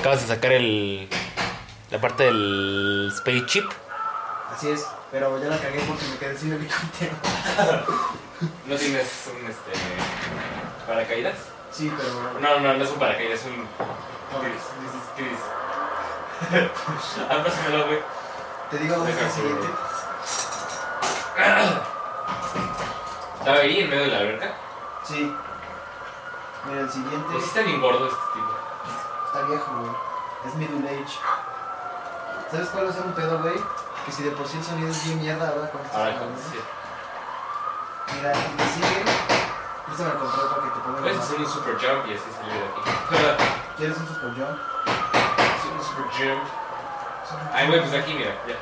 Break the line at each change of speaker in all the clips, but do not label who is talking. Acabas de sacar el. La parte del Space Chip.
Así es, pero ya la cagué porque me quedé sin helicóptero.
¿No tienes un este, paracaídas?
Sí, pero.
No, no, no es un paracaídas, es un.
Ok.
Chris, this is Chris. Ah, pásamelo, güey.
Te digo dónde está el siguiente.
Estaba ahí en medio de la alberca.
Sí. Mira, el siguiente
Pues sí está bien gordo este tipo.
está viejo, güey. Es middle age. ¿Sabes cuál va a ser un pedo, güey? Que si de por sí el sonido es bien mierda, ahora con estos
Ahora,
cabrones.
sí.
Mira, el que sigue. Este Préstame el control para que te ponga
Puedes
la
hacer
mano.
un super jump y así salir de aquí.
¿Quieres un super jump?
Hacer un super jump. Ay, güey, pues aquí, mira, ya.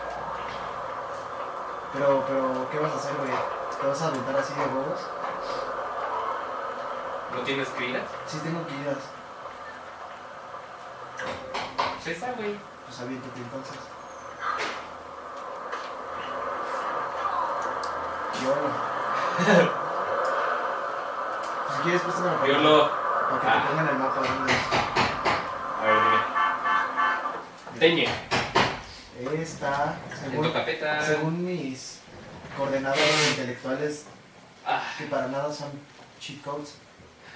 Pero, pero, ¿qué vas a hacer, güey? ¿Te vas a aventar así de huevos?
¿No tienes crinas?
Sí, tengo que ir a-
Pues ahí está, güey.
Pues aviéntate entonces. Violo. si quieres, préstame la
Yo lo.
Para que
Ah.
te pongan el mapa dónde
A ver, dime. Teñe.
es. Está,
En tu
según,
capeta.
según mis coordenadas intelectuales,
Ah.
que para nada son cheat codes,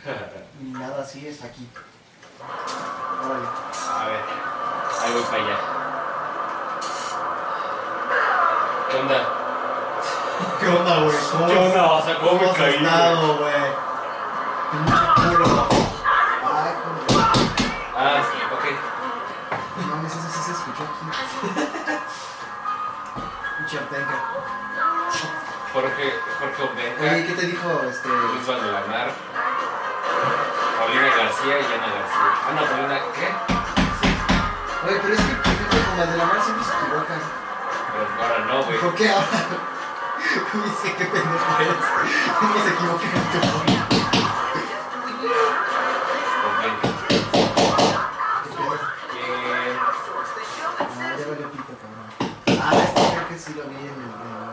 ni nada así, está aquí. Órale.
A ver, ahí voy para allá. ¿Qué onda?
¿Qué onda, güey? ¿Cómo vas-
O sea, ¿cómo me
has
caí, güey?
estado, güey? Pinche culo. Ay, joder.
Ah, sí, ok.
No mames, eso sí se escuchó aquí. Pinche Artenca.
Jorge, Jorge
Oye,
Obenca,
¿qué te dijo este?
Luis Valdemar, Paulina García y Ana García. Ah, no, Paulina, ¿qué?
Oye, pero es que por ejemplo, como el de la mar siempre se equivocan.
Pero ahora no, güey.
¿Por qué ahora? Dice que pendejo es. ¿Cómo se equivoca el cabrón?
Obenca.
Qué pedo.
¿Quién?
Ah, ya valió pito, cabrón. Ah, este creo que sí lo vi en, en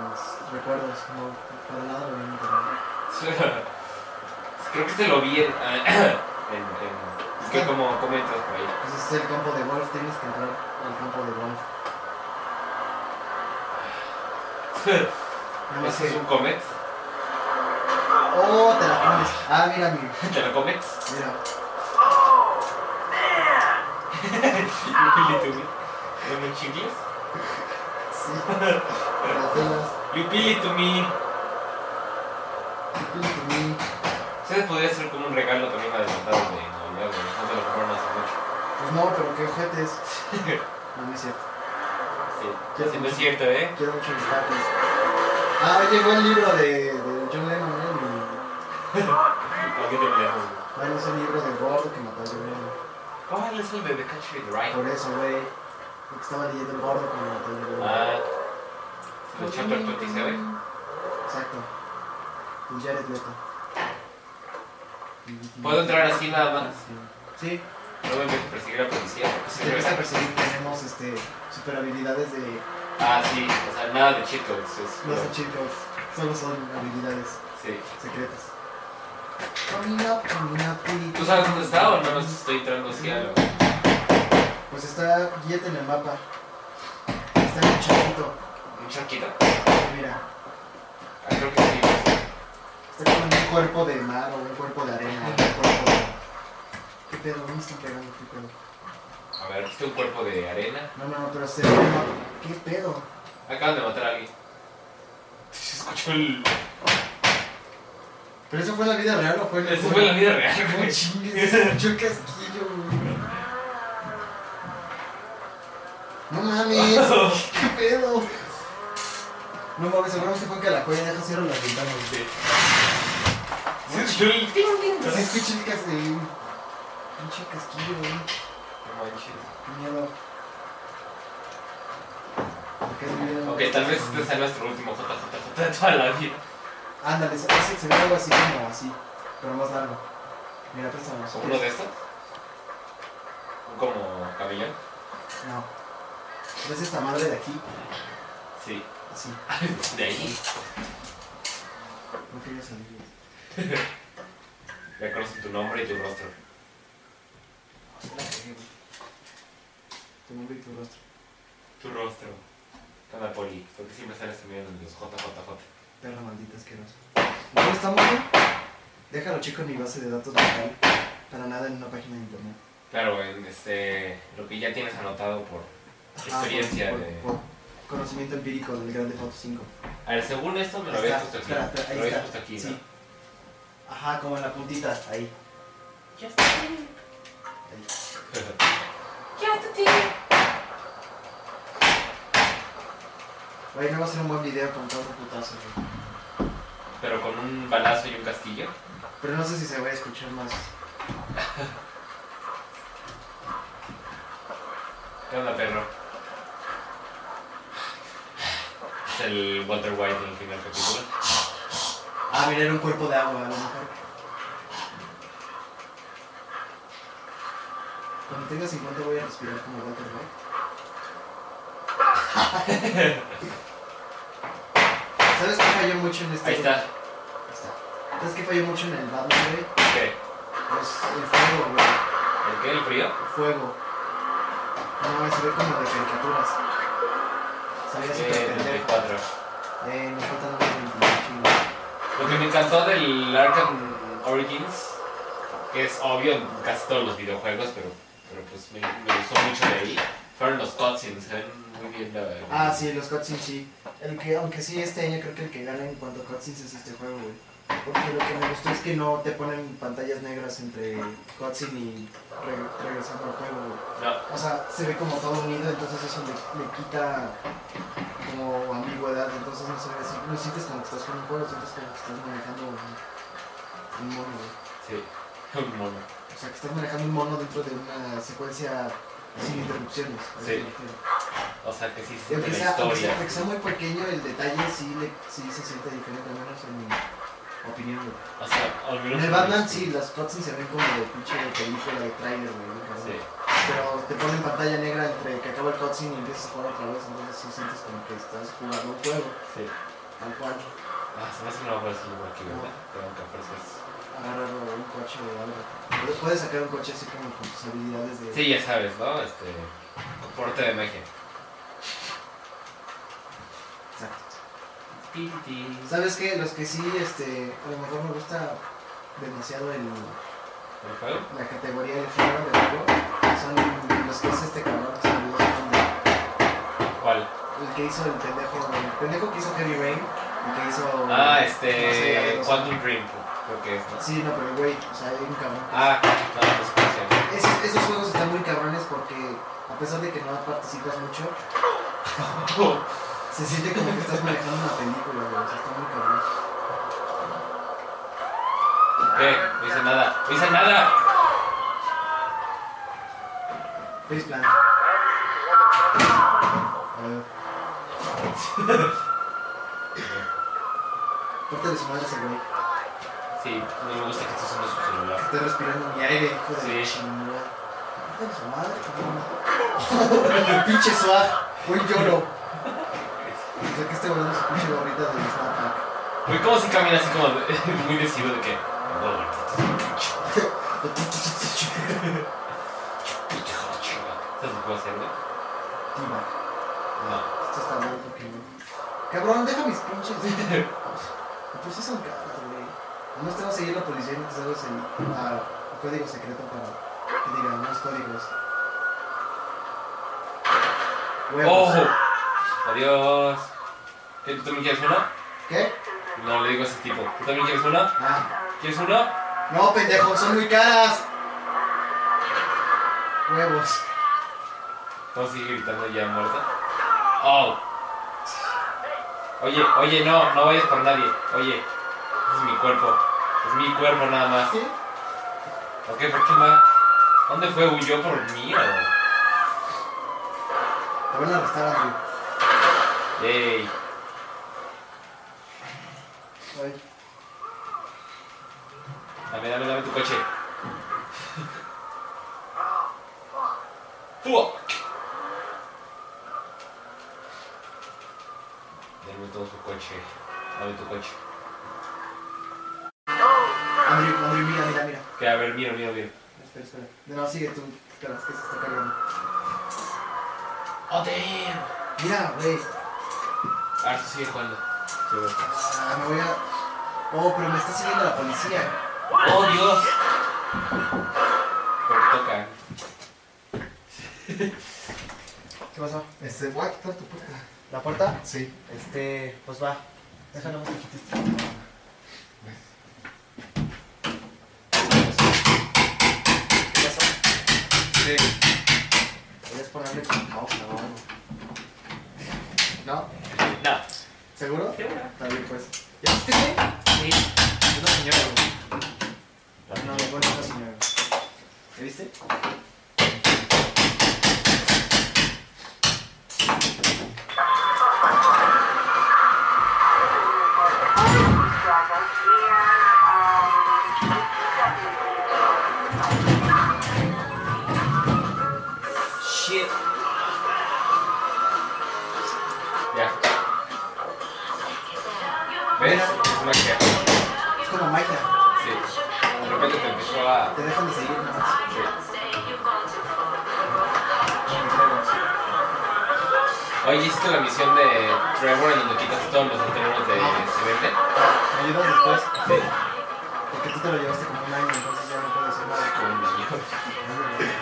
los recuerdos. No, para nada lo vi en internet.
Eh, Creo que este lo vi en... ah, en, en- es que como, ¿cómo entras por ahí?
Pues ese es el campo de golf, tienes que entrar al campo de golf. Nada más
¿Ese es
que-
un comet?
¡Oh, te la comes! Ah, mira, mira,
¿Te lo comes?
mira.
Yupilitubi. ¿No me chingles?
Sí. La pelas.
Yupilitubi.
Tú y tú, mí.
Ustedes podría ser como un regalo también adelantado de Navidad, güey. No te lo compraron hace mucho.
Pues no, pero qué ojetes. No, no es cierto.
Sí. Sí, no es cierto, ¿eh?
Quiero mucho mis patas. Ah, llegó el libro de, de John Lennon, ¿eh?
¿Por qué te peleas? güey?
Bueno, es el libro del gordo que mató a John Lennon.
¿Cuál es el de The Catch Me Right?
Por eso, güey. Porque estaba leyendo el gordo cuando mató a John Lennon.
Ah. ¿Se lo
Pues
chapter 27?
Exacto. Y Jared Leto.
¿Puedo entrar así nada más?
Sí,
No me dejes perseguir la policía. porque
si
se
te
me-
empieza a perseguir tenemos este, super habilidades de...
Ah, sí. O sea, nada de cheat codes. Es
No
puro-
son chicos, solo son habilidades
Sí.
secretas. Camina, camina, puri.
¿Tú sabes dónde está o no más estoy entrando así a lo...
Pues está guíate en el mapa. Está en un charquito.
un charquito?
Mira,
Ah, creo que sí.
está como en un cuerpo de mar o un cuerpo de arena. Un cuerpo de... ¿Qué pedo? ¿Dónde están pegando? ¿Qué pedo?
A ver, ¿viste un cuerpo de arena?
No, no, no, pero se ve el mapa. ¿Qué pedo?
Acaban de matar a alguien. Se escuchó el...
¿Pero eso fue en la vida real o fue en el
Eso fue en la vida real,
No
güey.
chingues, se escuchó el casquillo, güey. No mames, qué pedo. No mames, seguramente fue que la coya deja cero las ventanas.
Sí. Se escuchó el... ting, ting,
Se
ting.
escucha el casquillo. Pinche casquillo, güey.
No manches.
Qué miedo. Qué miedo.
Ok, tal vez este sea nuestro último JJJ de toda la vida.
Ándale, se, se- se ve algo así como así, pero más largo. Mira, préstame.
¿O uno de estos? ¿Un como camellón?
No. ¿Ves esta madre de aquí?
Sí.
Así.
De ahí.
No quería salir.
Ya conozco tu nombre y tu rostro.
La cagué, güey. Tu nombre y tu rostro.
Tu rostro. Cada poli. Porque siempre sales también en los JJJ.
Perra maldita asquerosa. ¿No estamos bien? Déjalo, chico, en mi base de datos mental. Para nada en una página de internet.
Claro, en este, lo que ya tienes anotado por...
Ah,
Experiencia
por-
de-
por- por conocimiento empírico del Grande Foto 5.
A ver, según esto me lo
Ahí
habías
está,
puesto aquí.
espera, espera,
Me
ahí
lo habías
está.
puesto aquí,
Sí.
¿no?
Ajá, como en la puntita, ahí.
Ya está bien.
ahí.
Ya está bien.
Güey, no va a ser un buen video con tanto putazo, güey.
Pero con un balazo y un castillo.
Pero no sé si se va a escuchar más.
¿Qué onda, perro? Es el Walter White en el primer capítulo.
Ah, mira, era un cuerpo de agua, a lo mejor. Cuando tenga 50 voy a respirar como Walter White. ¿Sabes qué falló mucho en este?
Ahí está.
Ahí está. ¿Sabes qué falló mucho en el Batman, güey?
¿Qué?
Pues el fuego, güey.
¿El qué? ¿El frío?
El fuego. No, se ve como de caricaturas. Sabía
Sí,
súper
el Play
Este pendejo.
4.
Eh, nos faltan unos 28 chingos.
Lo que me encantó del Arkham Origins, que es obvio en casi todos los videojuegos, pero, pero pues me, me gustó mucho de ahí, fueron los cutscenes, se ven muy bien la
Ah, sí, los cutscenes sí. El que, aunque sí, este año creo que el que gana en cuanto a cutscenes es este juego, güey. Porque lo que me gustó es que no te ponen pantallas negras entre cutscene y re- regresando al juego, güey.
No,
O sea, se ve como todo unido, entonces eso le, le quita como ambigüedad, entonces no se ve así. No sientes como que estás jugando un juego, sientes como que estás manejando un un mono, güey.
sí, un mono.
O sea, que estás manejando un mono dentro de una secuencia sin interrupciones. a eso
Sí.
me refiero.
O sea, que sí se
Y aunque
siente la
sea, aunque sea-
historia.
aunque sea muy pequeño, el detalle sí, le, sí se siente diferente, al menos en mi opinión. güey.
O sea, al menos...
En el Batman sí, las cutscenes se ven como de pinche película de trailer, güey. ¿no?
Sí,
Pero te ponen pantalla negra entre que acaba el cutscene y empiezas a jugar otra vez, entonces sí sientes como que estás jugando un juego,
sí.
tal cual,
Ah, se me hace una obra así como aquí, ¿verdad? Tengo que ofrecer.
agarrar un coche o algo. Pero Puedes sacar un coche así como con tus habilidades de...
Sí, ya sabes, ¿no? Este... Porte de magia.
Exacto.
Ti, ti.
¿Sabes qué? Los que sí, este, a lo mejor me gusta demasiado el...
¿El juego?
la categoría de género de juego son los que es este cabrón que se me olvidó su nombre.
¿Cuál?
El que hizo el pendejo, el pendejo que hizo Heavy Rain, el que hizo.
Ah,
no sé, a
este...
ver, o sea,
Quantum Dream, creo que es, ¿no?
Sí, no, pero güey, o sea, hay un cabrón.
Ah, no, no es comercial.
Esos, esos juegos están muy cabrones porque a pesar de que no participas mucho, se siente como que estás manejando una película, güey. O sea, está muy cabrón.
¿Qué? No hice nada. ¡No hice nada!
Feliz plan. Eh. Córtale su madre a ese güey.
Sí, no me gusta que estés usando su celular.
Estoy respirando mi aire, hijo de
Sí.
chingada. Hijo de su madre, cabrón. El pinche swag, buen lloro. O sea que este volando su pinche gorrita de Snapback.
Uy, ¿cómo se camina así como de- muy decidido de que... ¿Sabes lo que puedo hacer, no?
Tiba,
No.
esto está mal porque no. Cabrón, deja mis pinches. Pues Me puse son caras, güey. No te va a seguir la policía y no te sabes el, la- el código secreto para que digan unos códigos. Huevos.
¡Ojo! Adiós. ¿Qué, ¿Tú también quieres uno?
¿Qué?
No, le digo a ese tipo. ¿Tú también quieres uno?
Ah.
¿Quieres uno?
No, pendejo, son muy caras. Huevos.
No, sigue gritando ya muerta. ¡Oh! Oye, oye, no, no vayas por nadie. Oye, es mi cuerpo. Es mi cuerpo nada más.
¿Sí?
¿Ok? ¿Por qué va? ¿Dónde fue? ¿Huyó por mí o...?
Te van a arrestar, Andrew.
¡Yay!
Ay,
Dame, dame, dame tu coche. ¡Fuck! Dame todo tu coche. Dame tu coche.
Andrew, Andrew, mira, mira, mira.
Que a ver, mira, mira, mira.
Espera. Espera, espera. No, sigue tú. Espera, es que se está cargando.
Oh, damn.
Mira, güey.
Ahora sí sigue jugando.
Ah, me voy a. Oh, pero me está siguiendo la policía.
¡Oh, Dios! Pero toca.
¿Qué pasó?
Este, voy a quitar tu puerta.
¿La puerta?
Sí.
Este, pues va. Déjalo más que quites. ¿Qué pasó?
Sí.
Podrías ponerle con pausa o algo. ¿No?
No.
¿Seguro?
¿Seguro?
Está bien, pues. ¿Ya viste, güey?
Sí.
Es una señora, güey. No, no, bueno, es una señora. ¿Ya viste?
Shit. Ya. ¿Ves? Es magia.
Es como magia.
Sí. De repente te empezó a.
Te dejan de seguir nada más.
Oye, hiciste la misión de Trevor en donde quitas todos los anteriores de CBT.
¿Me ayudas después?
Sí.
Porque tú te lo llevaste como un año, entonces ya no puedo hacer nada.
Como un niño.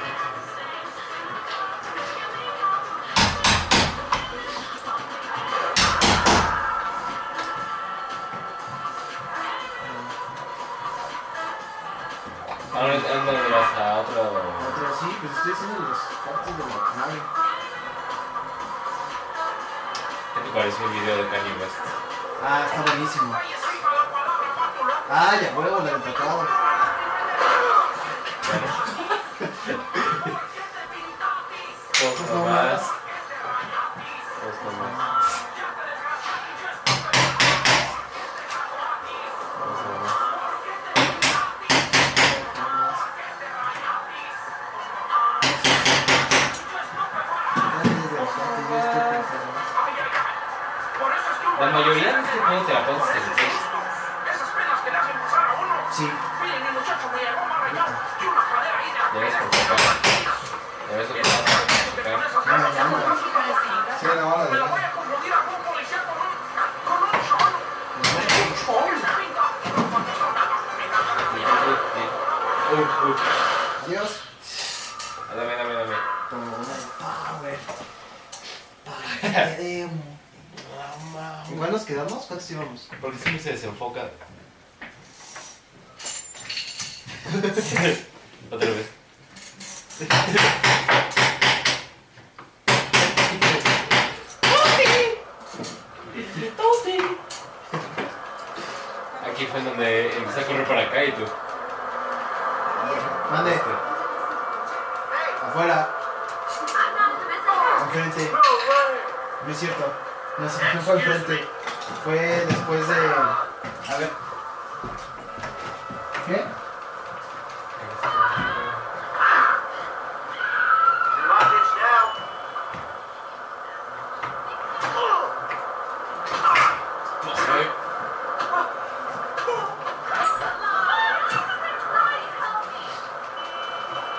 Ahora ando hasta otro.
Otro sí, pues estoy haciendo los partes de la nave.
¿Qué te parece un video de Kanye West?
Ah, está buenísimo. Ah, ya huevo, la del tocado. Pues
Poco
no
más.
más.
Poco más. Poco más.
Antes de bajarte, yo estoy pensando.
La mayoría de este juego te la pones en el pecho.
Sí,
Debes provocar. Debes provocar.
no me llama.
Sí, a la hora de la.
Uh, uh.
Adiós.
Dame, dame, dame.
Como una de power. Power, te demo. ¿En cuál nos quedamos? ¿Cuántos íbamos?
Porque siempre se desenfoca. Otra vez. Aquí fue donde empecé a correr para acá y tú. Este.
Mande, afuera, enfrente. No es cierto. No, se- no fue enfrente. Fue después de. A ver. ¿Qué?
No sé.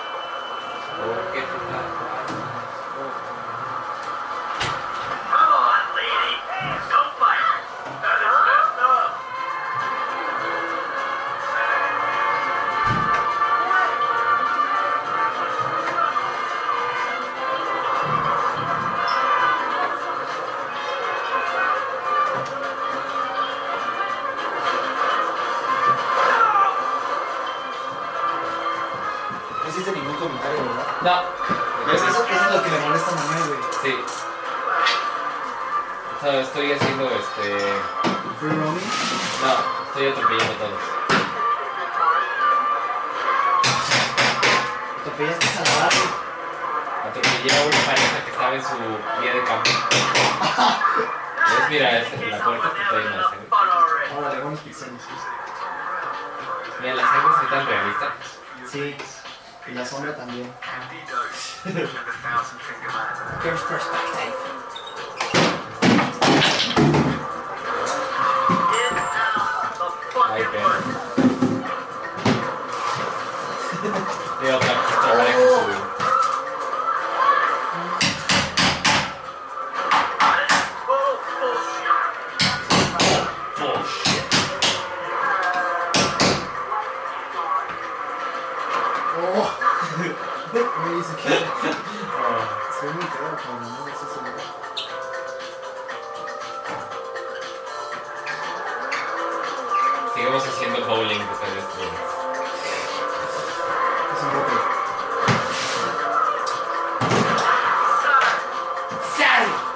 Oh, qué puta.
No hiciste ningún comentario, ¿verdad?
No.
Pues eso, eso es lo que le molesta a Manuel, güey.
Sí. O sea, estoy haciendo este.
Free roaming.
No, estoy atropellando a todos.
Atropellaste a Navarro.
Atropellé a una pareja que estaba en su vía de campo. ¿Ves? Mira, es la puerta que está llena de sangre.
Ahora, buenos pixeles.
Mira, la sangre se ve tan realista.
Sí. Y la sombra también.
Ay, pero. Mira, otra Oh,
Oh. güey se queda. Se ve muy feo, cabrón, ¿no? Eso se ve.
Sigamos haciendo bowling pues, de Pedro Estrellas.
Es un reto.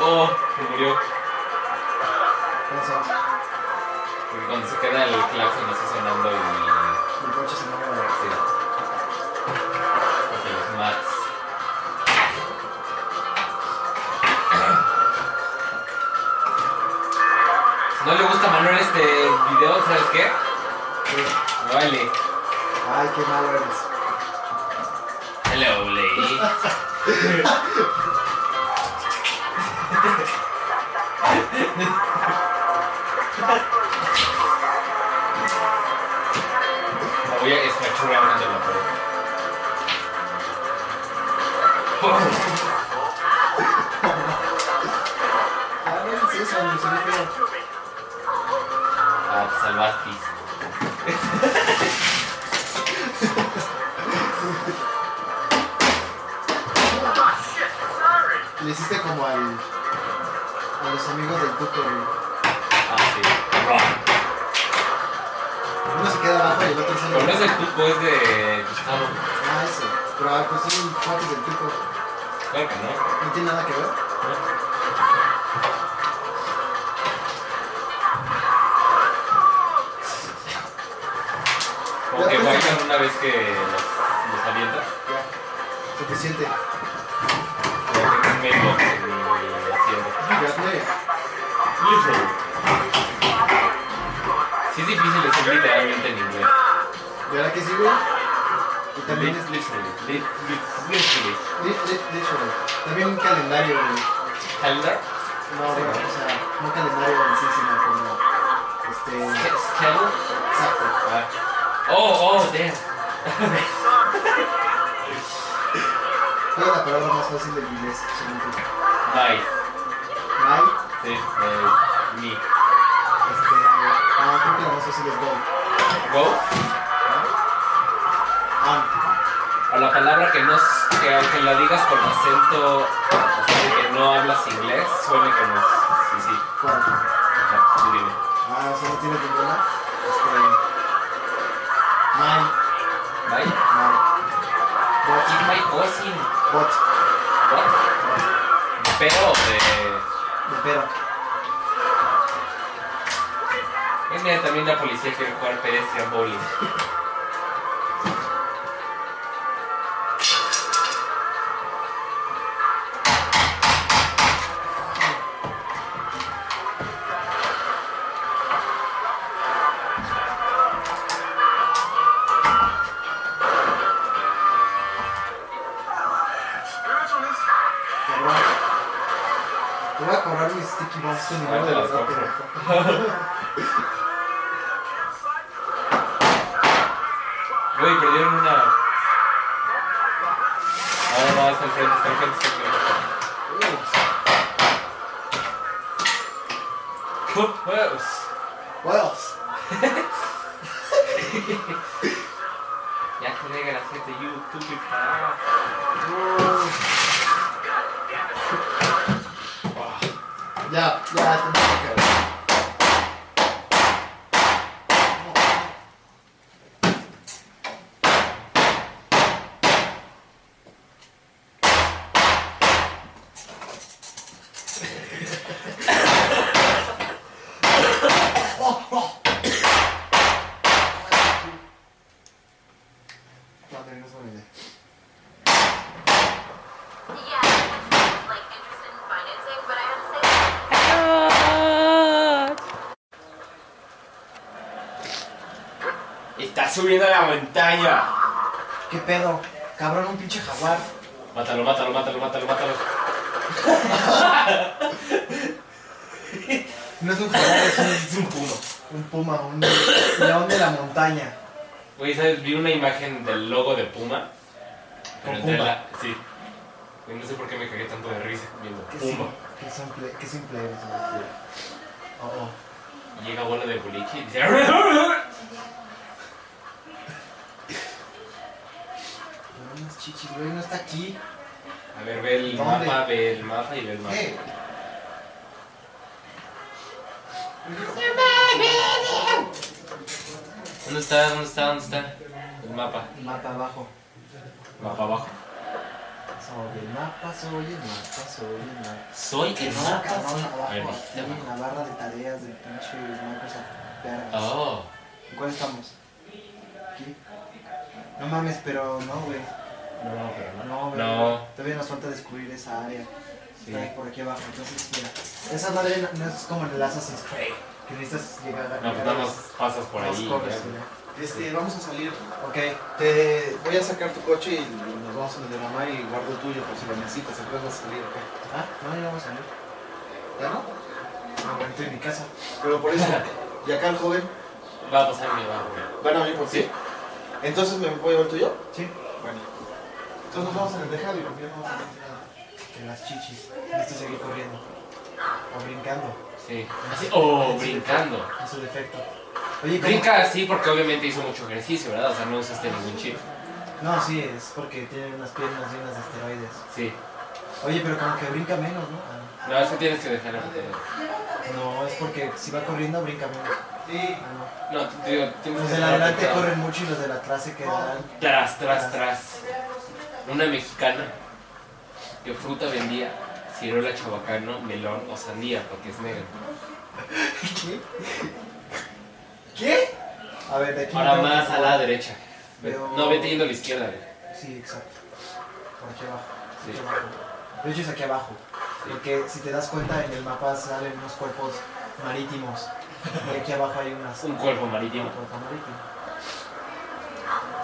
Oh, se murió.
Vamos a
Porque cuando se queda el claxon así sonando y.
El coche se mueve.
Sí. Porque los mats. Si no le gusta a Manuel este video, ¿sabes qué? Me vale.
Ay, qué malo eres.
Hello, lady. La voy a escachurar contra la pared. ¡Pum!
Ah, no es eso, no se ve feo.
Ah, te salvaste.
Le hiciste como al. a los amigos del tuco, güey.
Ah, sí. Rock.
Uno se queda abajo y el otro sale.
Pero no es el pulpo, es de Gustavo.
Ah, ese. Pero ah, pues son cuates del tuco.
Claro que no.
No tiene nada que ver.
Como que bailan una vez que los, los avientas.
Ya. Suficiente.
Como que un mailbox en mi asiento.
Ya tiene.
Sí es difícil decir literalmente en inglés.
¿Y ahora qué sigue? Y también es.
Lit- Literally. Lit- lit- Literally.
lit- lit- literal. También un calendario, güey.
Calendar.
No, bueno, o sea, no calendario en sí, sino como. Este.
Schedule.
Exacto.
Ah. Oh, oh, damn.
¿Cuál es la palabra más fácil del inglés? según tú?
Bye.
Night.
Sí. eh, me.
Este. Ah, creo que la más fácil es go.
Go.
On.
A la palabra que no s- que aunque la digas con acento, o sea, de que no hablas inglés, suene como sí, sí.
¿Cuál?
No, tú dime.
Ah, o sea, no tienes ninguna. Este. Mine.
Bye.
Mine.
She's my cousin.
Bot. Bot.
What?
bot,
Pero de.
De pero.
Eh, mira, también la policía quiere jugar pedestrian bowling.
Cabrón. Te voy a cobrar mis sticky bombs con
Ahora
ninguno
te
de
las
los
compro.
otros.
Güey, perdieron una. No, no, no, está enfrente, está enfrente, está enfrente.
pues,
Ups.
What else?
Ya que llega la gente, you stupid.
Ya, ya, te que No, no es buena idea.
Está subiendo a la montaña.
¿Qué pedo? Cabrón, un pinche jaguar.
Mátalo, mátalo, mátalo, mátalo, mátalo.
No es un jaguar, es un, es un puma. Un puma, un león de la montaña.
Güey, ¿sabes? Vi una imagen del logo de Puma.
Con
Pero de
Puma.
la- Sí. Güey, no sé por qué me cagué tanto de risa viendo
Qué,
Puma.
sim- qué simple, qué simple eres. güey. Oh, oh.
Llega bola de boliche y dice.
Pero unas chichis, güey, no está aquí.
A ver, ve el
¿Dónde?
mapa, ve el mapa y ve el mapa.
¿Qué?
¿Dónde está? ¿Dónde está? ¿Dónde está? El mapa.
Mapa abajo.
Mapa abajo.
Sobre el mapa, sobre el mapa, sobre el mapa.
Soy
Que
el
no,
mapa.
cabrón, abajo.
A ver,
aquí
bajita
en la barra de tareas del pinche Microsoft. vergas.
Oh.
¿En ¿Cuál estamos? Aquí. No mames, pero no, güey.
No, pero no.
No, güey.
No.
Todavía nos falta descubrir esa área.
Sí.
Está por aquí abajo. Entonces, mira. Esa madre no- no es como en el Assassin's Creed. Que necesitas llegar a
No, pues nada más pasas por
Más
ahí.
corres,
ya.
güey.
Este, vamos a salir.
Ok,
Te voy a sacar tu coche y nos vamos a donde mamá y guardo el tuyo por si lo necesitas. Entonces vas a salir, ¿ok?
ah, no, ya vamos a salir.
¿Ya no?
Me aguanto en mi casa.
Pero por eso. Y acá el joven
Va a pasar mi barrio.
van a venir por ti. Entonces me voy a llevar el tuyo.
Sí,
Bueno. Entonces nos vamos a dejar y porque ya no vamos a hacer nada.
que las chichis. Necesito seguir corriendo. O brincando,
Sí. Así. Oh, brincando.
en su defecto. Oye, ¿cómo?
Brinca así porque obviamente hizo mucho ejercicio, ¿verdad? O sea, no usaste ningún chip.
No, sí, es porque tiene unas piernas llenas de esteroides.
Sí.
Oye, pero como que brinca menos, ¿no? Ah,
No, es que tienes que dejar el-
No, es porque si va corriendo, brinca menos. Sí. Ah,
No, te digo,
no.
tienes
Los
que
del
dejar
Pues adelante
apretado.
corren mucho y los del atrás se quedan.
Tras, tras, tras. Una mexicana que fruta vendía ciruela, chabacano, melón o sandía porque es negra.
¿Qué? ¿Qué? A ver, de aquí.
Ahora
no tengo
más
que-
a la derecha. Ve-
Pero-
No, vete yendo a la izquierda. güey.
Sí, exacto. Por aquí abajo.
Sí.
Aquí abajo. De hecho, es aquí abajo. Porque si te das cuenta, en el mapa salen unos cuerpos marítimos. Y aquí abajo hay unas.
Un cuerpo marítimo.
cuerpo marítimo.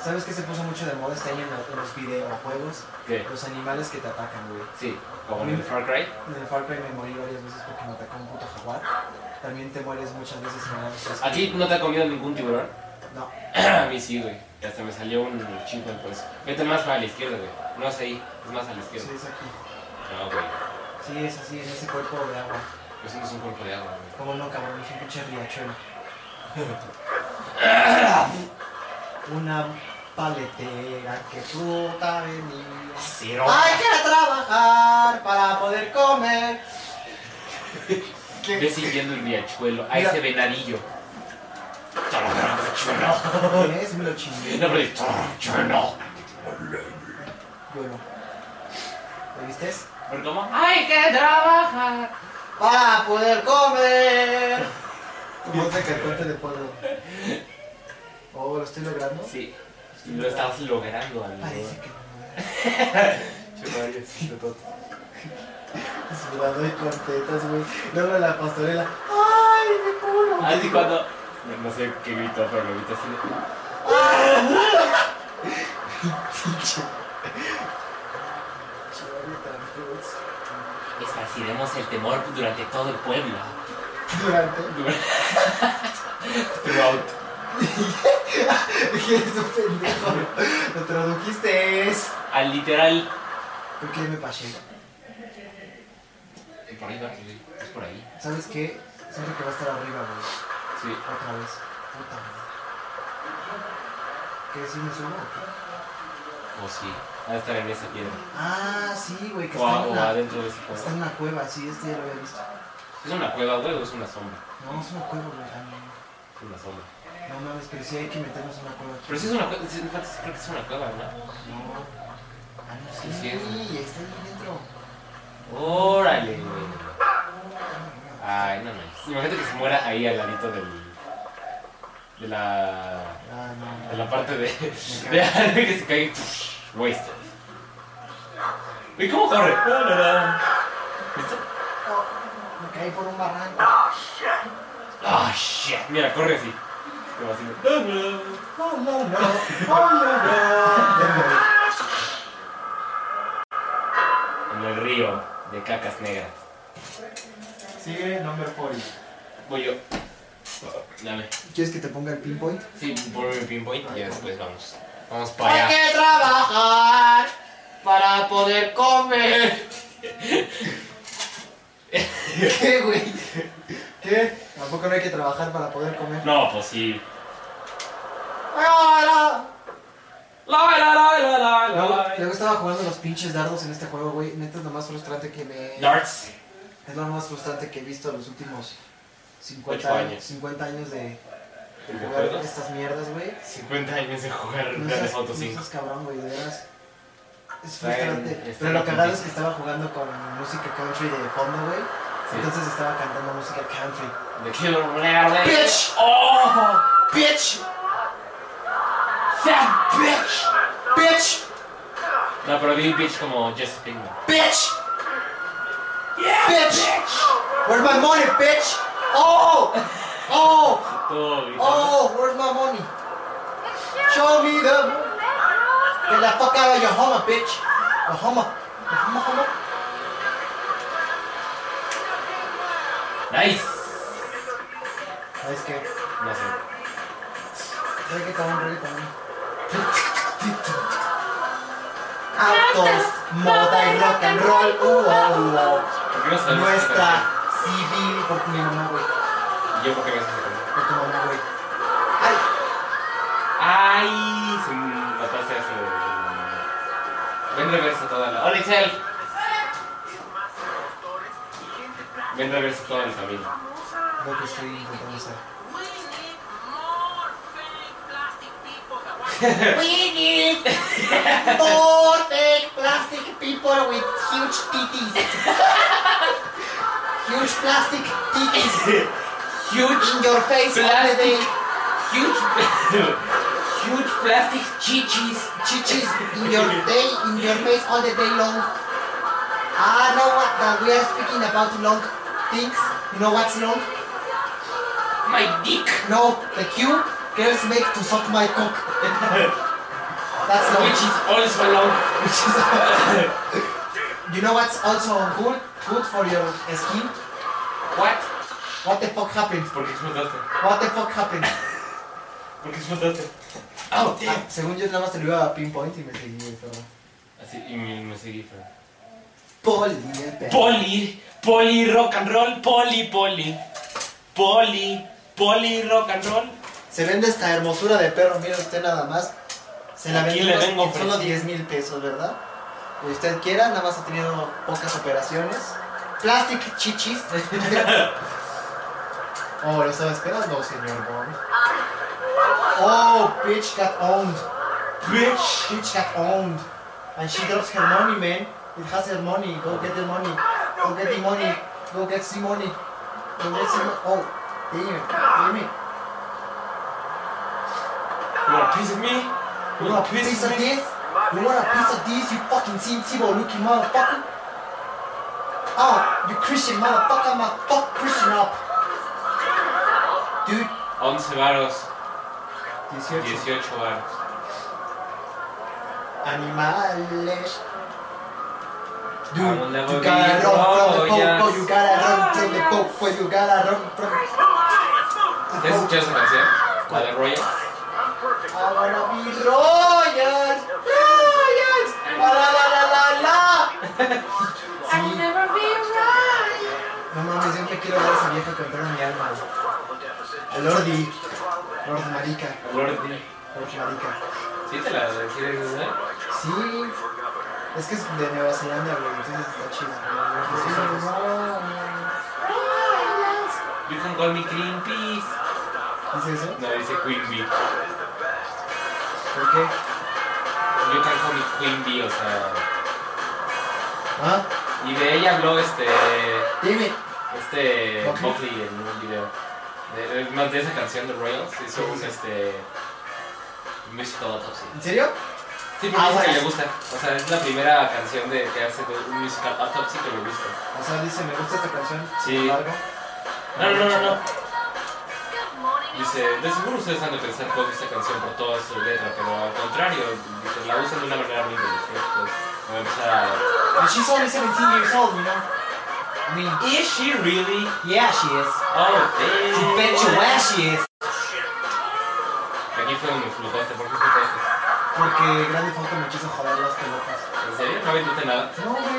¿Sabes qué se puso mucho de moda este año en los- en los videojuegos?
¿Qué?
Los animales que te atacan, güey.
Sí, como en el Far Cry.
En el Far Cry me morí varias veces porque me atacó un puto jaguar. También te mueres muchas veces en el
¿A ti no te ha comido ningún tiburón?
No.
A mí sí, güey. Y Hasta me salió un chico por eso. Vete más para la izquierda, güey. No es ahí, es más a la
Sí,
izquierda.
es aquí.
No, güey.
Sí, es así, en ese cuerpo de agua.
Eso no es un cuerpo de agua, güey.
Como no, cabrón, es un pinche riachuelo. Una paletera que fruta venía.
Cero.
Hay que trabajar para poder comer.
Ve siguiendo el riachuelo, a
Mira.
ese venadillo. Riachuelo.
Es me lo chingué.
No, pero el riachuelo.
Yo no. ¿Lo viste?
¿Pero cómo?
Hay que trabajar.
Para poder comer. Como de cantante de pueblo. Oh, lo estoy logrando.
Sí. Lo estás logrando, amigo.
Parece que no.
Chuparios.
Sudado y cortetas, güey. Luego la pastorela. ¡Ay, mi culo!
Así cuando. No, no sé qué gritó, pero lo gritó así. de- Esparciremos el temor durante todo el pueblo.
Durante.
Throughout.
Eres un pendejo. Lo tradujiste. es.
Al literal.
¿Por qué me pasé?
Por ahí va, güey. es por ahí.
¿Sabes qué? Siento que va a estar arriba, güey.
Sí.
Otra vez. Puta madre. ¿Qué si me subo? o qué?
O sí. Ha de estar en esa piedra.
Ah, sí, güey, que
O, a-
está en,
o
una,
adentro de ese
está en
cueva.
una cueva, sí, este ya lo había visto.
Es una cueva, güey, o es una sombra.
No, es una cueva, güey. ah,
Es una sombra.
No No mames, pero sí hay que meternos en una cueva. aquí.
Pero sí es una cueva. sí, en parte sí creo que es una cueva, ¿no?
No. Ah, no, sí,
Sí, sí es.
está ahí dentro.
Órale, güey. Ay, no mames. Imagínate que se muera ahí al ladito del. De la.
Ah, no.
De la parte de. De alguien que se cae. pff, Waste. ¿Y cómo corre? ¿Listo?
Me caí por un barranco.
Ah, shit. Mira, corre así. Como así.
Oh, no, no. Oh, no, no. Ya me morí.
En el río de cacas negras.
Sigue number 40.
Voy yo. Dame.
¿Quieres que te ponga el pinpoint?
Sí, ponme el pinpoint y ya después vamos. Vamos para
Hay
allá.
que trabajar para poder comer. ¿Qué, güey? ¿Qué? Tampoco no hay que trabajar para poder comer.
No, pues sí. La, la, la, la, la, la, la.
Luego estaba jugando los pinches dardos en este juego, güey. Neta es lo más frustrante que me.
Darts.
Es lo más frustrante que he visto en los últimos 50
Ocho
años,
años.
50 años de, de jugar
¿Videojuegos?
estas mierdas, güey.
50 años de jugar
No
Grand
seas,
Theft Auto
no
5.
seas cabrón, güey, de veras. Es
Está en-
frustrante.
está
Pero
en
lo
la
cagado es
contienda.
que estaba jugando con música country de fondo, güey. Entonces estaba cantando música country.
The Killer Blair.
Bitch.
¡Oh!
¡Bitch!
¡Fat!
¡Bitch! ¡Bitch!
No, pero vi bitch como Jesse Pinkman.
Bitch! Yeah, bitch! Where's my money, bitch? Oh! Oh!
Todo gritando.
Oh! Where's my money? Show me the... Get the fuck out of your homo, bitch! The homo. The homo, homo.
Nice.
¿Sabes qué?
No sé.
Reggaeton, reggaeton. Autos, moda y rock and roll. Uh, uh, uh.
¿Por qué no sabes
Nuestra civil. Por tu mamá, güey.
¿Y yo por qué me haces esa canción?
Por tu mamá, güey. Ay,
¡Ay! Se mataste a ese. Ven reversa toda la. ¡Hola, Itzel! Ven reversa toda la familia.
lo que estoy intentando hacer. We need more fake plastic people with huge titties. huge plastic titties. huge in your face all the day.
Huge. Huge plastic chichis.
Chichis in your day, in your face all the day long. I know what that we are speaking about long things. You know what's long?
My dick.
No, the cue girls make to suck my cock. That's long.
Which is also long.
Which is You know what's also good? Good for your skin?
What?
What the fuck happened?
¿Por qué explotaste?
What the fuck happened?
¿Por qué explotaste?
Ah, según yo nada más te lo iba a pinpoint y me seguí, güey, pero...
Así, y me, me seguí. pero-
Poli,
eh,
el perro.
Poli, poli rock and roll, poli, poli. Poli, poli rock and roll.
Se vende esta hermosura de perro, mire usted nada más. Se la
Aquí
vendimos
le vengo
en solo
ofreciendo.
10 mil pesos, ¿verdad? Y usted quiera, nada más ha tenido pocas operaciones. Plastic chichis. oh, ¿lo estaba esperando, señor Bond? Oh, bitch got owned. Bitch. Bitch got owned. And she drops her money, man. It has her money. Go get the money. Go get the money. Go get the money. Go get the money. Oh, damn. Damn it.
You want a piece of me?
You want a piece of this? You want a piece of this, you fucking Tim Tebow looking motherfucker? Oh, you Christian motherfucker, my fuck Christian up. Dude,
11 varos,
18.
18 varos.
Animales.
I
Dude,
will never
you gotta
be
run from the
royal.
popo, you gotta run from the popo, you gotta run from
¿Te has escuchado esa canción? La de Royal.
I wanna be royal, royal, la la la la la. Sí.
never be right.
No mames, siempre quiero ver a esa vieja cantar a mi alma. güey. El Lordi. Lord Marica.
Lord
Lord Marica.
¿Sí te la quieres usar?
Sí. Es que es de Nueva Zelanda, güey. Entonces está chido.
You can call me Clean Peace.
¿Dice eso?
No, dice Queen Bee.
¿Por qué?
You can call me Queen Bee, o sea.
¿Ah?
Y de ella habló este.
Dime.
Este.
Buckley.
Buckley en un video. De, de- más de esa canción de Royals. Hizo un este. Musical Autopsy.
¿En serio?
Sí, porque dice
Ah,
que
bueno.
le gusta. O sea, es la primera canción de, que hace de un musical autopsy que le gusta.
O sea, dice, me gusta esta canción.
Sí.
Larga.
No, no, no, no. no. Dice, de seguro ustedes han de pensar que odio esta canción por toda su letra, pero al contrario, dice, la usan de una manera muy inteligente. Pues, voy a empezar a...
And Ah, she's only 17 years old, you know. I mean,
¿Is she really?
yeah, she is.
Oh,
You
damn.
bet your ass she is.
Aquí fue donde este, explotaste, ¿por qué explotaste?
Porque Grande Foto me quiso joder las pelotas.
¿En serio? ¿No aventaste nada?
No,
No,
güey.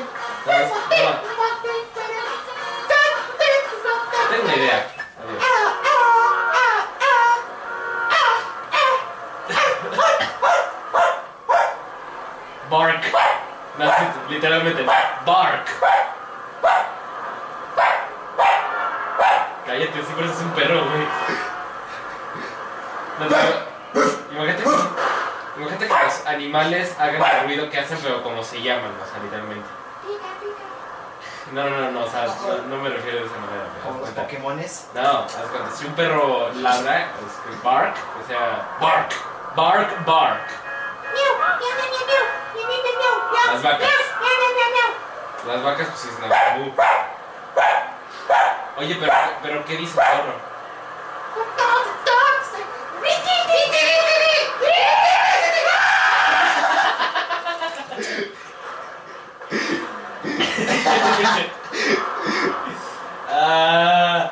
no. Tengo una idea. Adiós. No, literalmente. Bark. Cállate, si pareces un perro, güey. No, no, imagínate, imagínate que los animales hagan el ruido que hacen, pero como se llaman, o sea, literalmente.
Pica, pica.
No, no, no, no, o sea, no, no me refiero de esa manera. pero
Como
haz
los
cuenta.
Pokémones.
No, haz cuenta, si un perro ladra, es que bark, o sea, bark, bark, bark.
Miau, miau, miau, miau, miau. Miau, miau, miau, miau, miau.
Las vacas.
Miau, miau, miau, miau.
Las vacas, pues es nada. Oye, pero, pero ¿qué dice el perro?
Hot dog, hot dogs. Riti, riti, riti, riti.
Ah,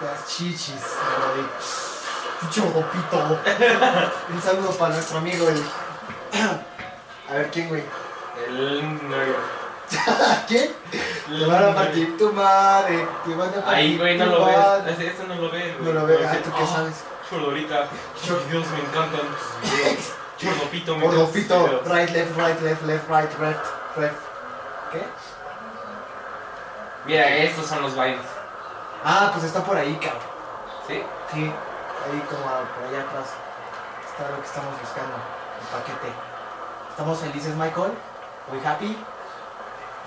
Las chichis, güey. Pinche gopito. Un saludo para nuestro amigo el. A ver quién, güey.
el nervio.
¿A quién? Le van a partir tu madre. Te van a partir
Ahí, güey, no
tu
lo ves.
madre.
Este, este no lo ves.
No lo veo. Ah, ¿tú qué sabes?
Chordorita. Ay, Dios, me encantan tus videos. Chordopito, me
Por
encantan
lo
tus
pito.
videos.
Right, left, right, left, left, right, left, left. ¿Qué?
Mira, estos son los vines.
Ah, pues está por ahí, cabrón.
¿Sí?
Sí, ahí como a- por allá atrás. Está lo que estamos buscando. El paquete. ¿Estamos felices, Michael? ¿We happy?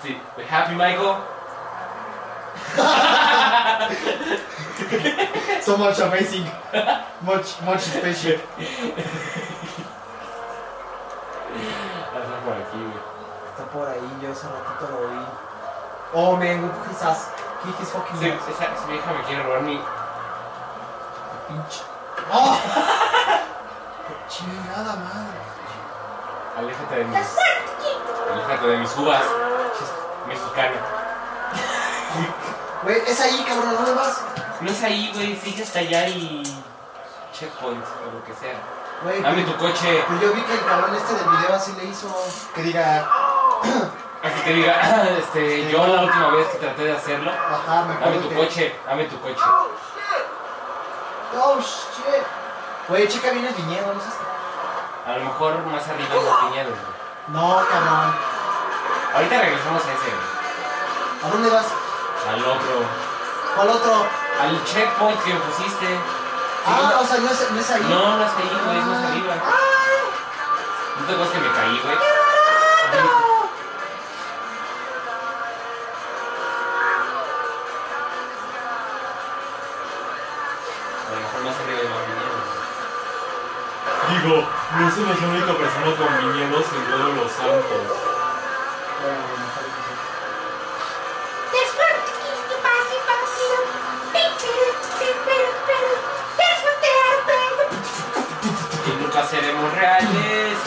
Sí. We happy, Michael.
So much amazing. Much, much special.
Hazlo por aquí, güey.
Está por ahí, yo hace ratito lo vi. Oh, man, look, his ass. He, he's fucking
Sí,
nuts.
esa, esa vieja me quiere robar mi...
Pinche.
Ah.
¡Oh! Chingada madre.
Aléjate de mis... Aléjate de mis uvas. Mexicana.
Güey, es ahí, cabrón, ¿dónde vas?
No es ahí, güey. Sigue hasta allá y... Checkpoint o lo que sea.
Güey,
Dame tu coche.
Pues yo vi que el cabrón este del video así le hizo que diga,
Así que diga, este, yo la última vez que traté de hacerlo,
ajá,
dame
me acuerdo
tu
que...
coche, dame tu coche.
Oh, shit. Güey, checa bien el viñedo, no seas...
A lo mejor más arriba en los piñados.
No, cabrón.
Ahorita regresamos a ese, güey.
¿A dónde vas?
al otro,
¿Cuál otro?
al checkpoint que me pusiste.
Ah, o sea, no es, no es ahí.
No, no es ahí, güey, no es arriba. ¿No te acuerdas que me caí, güey? A lo mejor más arriba de los viñedos. Digo, no somos la única persona con viñedos en todos los santos.
There's one to kiss the bossy bossy. Big bear, big bear, bear. There's one there, bear.
Y nunca seremos reales.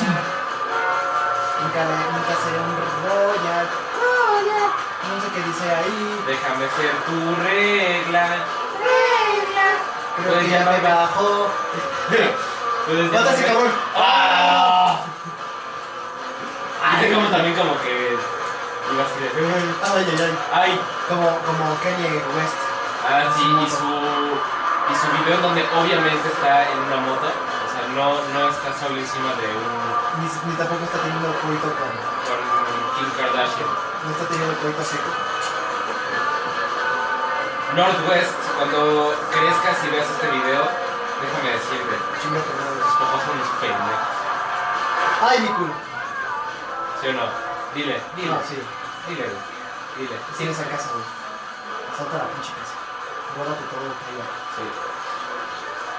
Nunca, nunca seré un royal.
Oh, yeah.
No sé qué dice ahí.
Déjame ser tu regla.
Regla.
Creo que ya me bajó.
Entonces, ya
¡Mátase,
también-
cabrón!
¡Ah! Ah, como también como que. Iba así de.
Ay, ay, ay.
¡Ay!
Como, como Kanye West.
Ah, sí, y su. Y su video en donde obviamente está en una moto. O sea, no, no está solo encima de un.
Ni, ni tampoco está teniendo coito con...
con Kim Kardashian.
No está teniendo coito seco.
Northwest, cuando crezcas y veas este video, déjame decirte,
Chinga tu madre.
tus papás son unos pendejos.
Ay, mi culo.
¿Sí o no? Dile, dile.
No, sí.
Dile, güey. Dile.
Sí, esa casa, güey. Salta la pinche casa. Guárdate todo lo que haya.
Sí.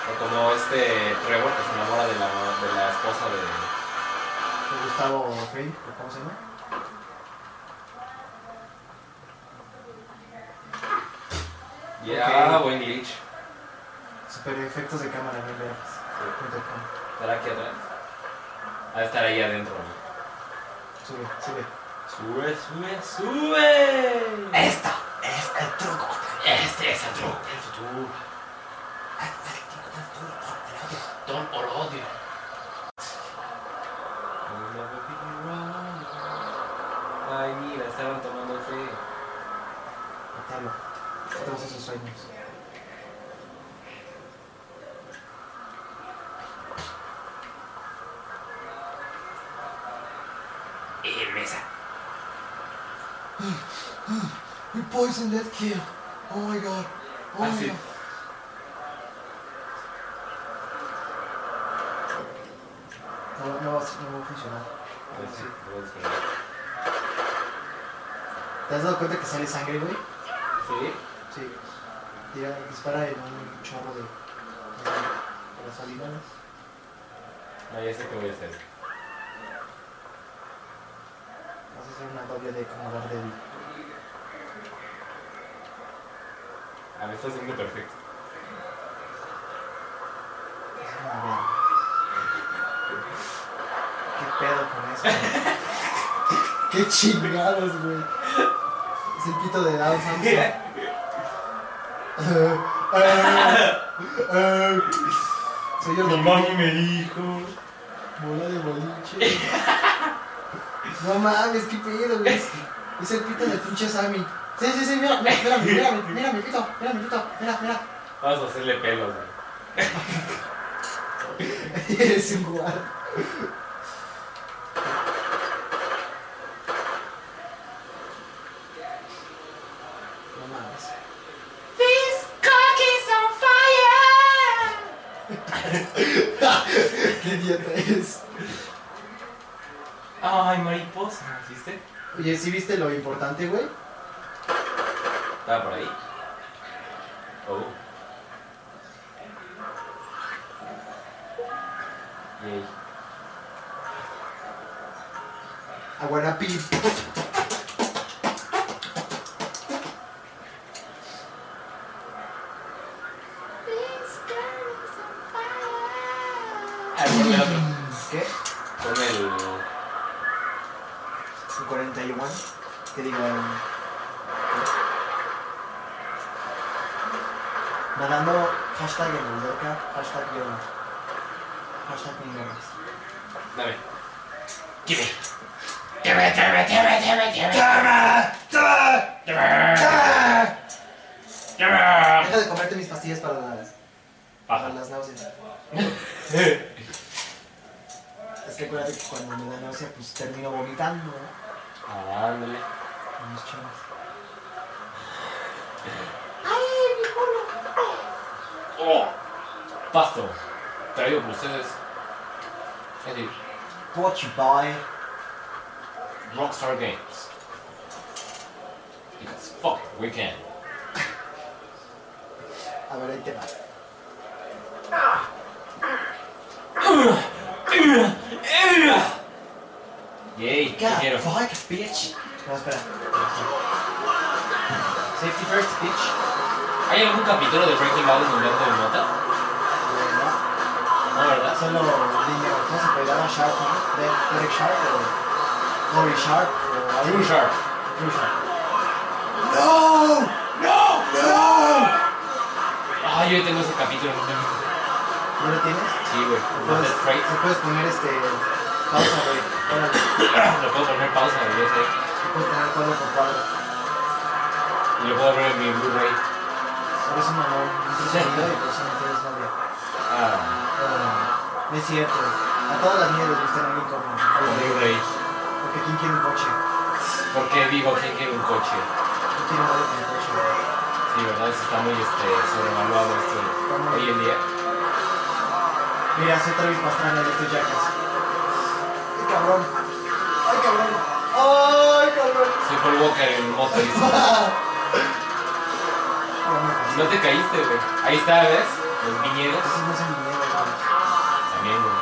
O como este Trevor que se enamora de la, de la esposa de.
De Gustavo Fring, ¿o ¿cómo se llama?
Yeah, Ah, buen glitch.
Super efectos de cámara, mil gracias. Punto com.
Estará aquí atrás. Ha de estar ahí adentro. güey.
Sube, sube.
Sube, sube, Pues sube.
Esto es el truco.
Este es el truco del futuro. Don por odio. Ay, mira, estaban tomando fe.
Matalo. Todos esos sueños. We poisoned that kid. Oh my god. Oh my
Así.
god. No, no, va a- no va a funcionar.
Así, Pues lo voy a descargar.
¿Te has dado cuenta que sale sangre, güey?
Sí.
Sí. Tira, dispara en un chorro de. de la salina, ¿no?
No, ya sé qué voy a hacer.
Vas a hacer una doble de como Daredevil.
A mí está haciendo perfecto.
Es una verga. ¿Qué pedo con eso? güey? Qué chingados, güey. Es el pito de Down Soy yo
me dijo.
Bola de boliche. No mames, qué pedo, güey. Es- Es el pito de pinche Sammy. Sí, sí, sí, mira, mira, mira, mira, mira mi pito, mira mi pito, mira, mira.
Vamos a hacerle pelos, güey.
Eres un guarda. No mames.
This cock is on fire.
Qué idiota eres.
Ay, mariposa, ¿viste?
Oye, ¿sí viste lo importante, güey?
Estaba por ahí. Oh. Yay.
Aguanapi.
This cock is on fire.
Ah, ponme el otro.
¿Qué?
Ponme el.
Un 41. ¿Qué digo? Nadando hashtag en el Dorca, hashtag yoga. Hashtag mi ganas.
Dame.
Dime. Dime, dime, dime, dime, dime. Dime, dime, dime. Dime.
Deja de comerte mis pastillas para las, para
Paja.
las náuseas. Es que acuérdate que cuando me da náusea, pues termino vomitando, ¿no?
Ándale.
Con mis chavas.
Ay, mi culo.
¡Oh! Pasto. Traigo por ustedes. Eddie.
Pochi boy.
Rockstar Games. Because fuck, we can.
A ver, ahí te va.
Yay, te
God,
quiero.
fuck, bitch. No, espera. Safety first, bitch.
¿Hay algún capítulo de Breaking Bad en donde ando de nota?
Eh, No,
No, ¿verdad?
solo línea. ¿Cómo se puede a Sharp? ¿no? De- Derek Sharp o Corey Sharp o
True Sharp.
Drew Sharp. No, no, no.
Ah, yo tengo ese capítulo.
¿No lo tienes?
Sí, güey. Wanted
Puedes,
Freight.
te puedes poner este. Pausa, güey. Órale.
Le puedo poner pausa, güey, yo sé.
Te puedes poner cuadro por cuadro.
Y lo puedo ver en mi Blu-ray.
Eres un mamón. No tienes novia y por eso no tienes novia.
Ah,
Ah, no es cierto. A todas las niñas les gustan un unicornio.
un Blu-ray.
Porque ¿quién quiere un coche?
¿Por qué digo quién quiere un coche?
¿Quién quiere novia con un coche? güey?
Sí, ¿verdad? Eso está muy este, sobrevaluado esto hoy en día.
Mira, soy Travis Pastrana de estos yacas. ¡Ay, cabrón! ¡Ay, cabrón! ¡Ay, cabrón!
Soy Paul Walker en Motorist.
No, me pasé.
No te caíste, güey. Ahí está, ¿ves? Los viñedos.
Esos no son viñedos, güey.
También, güey.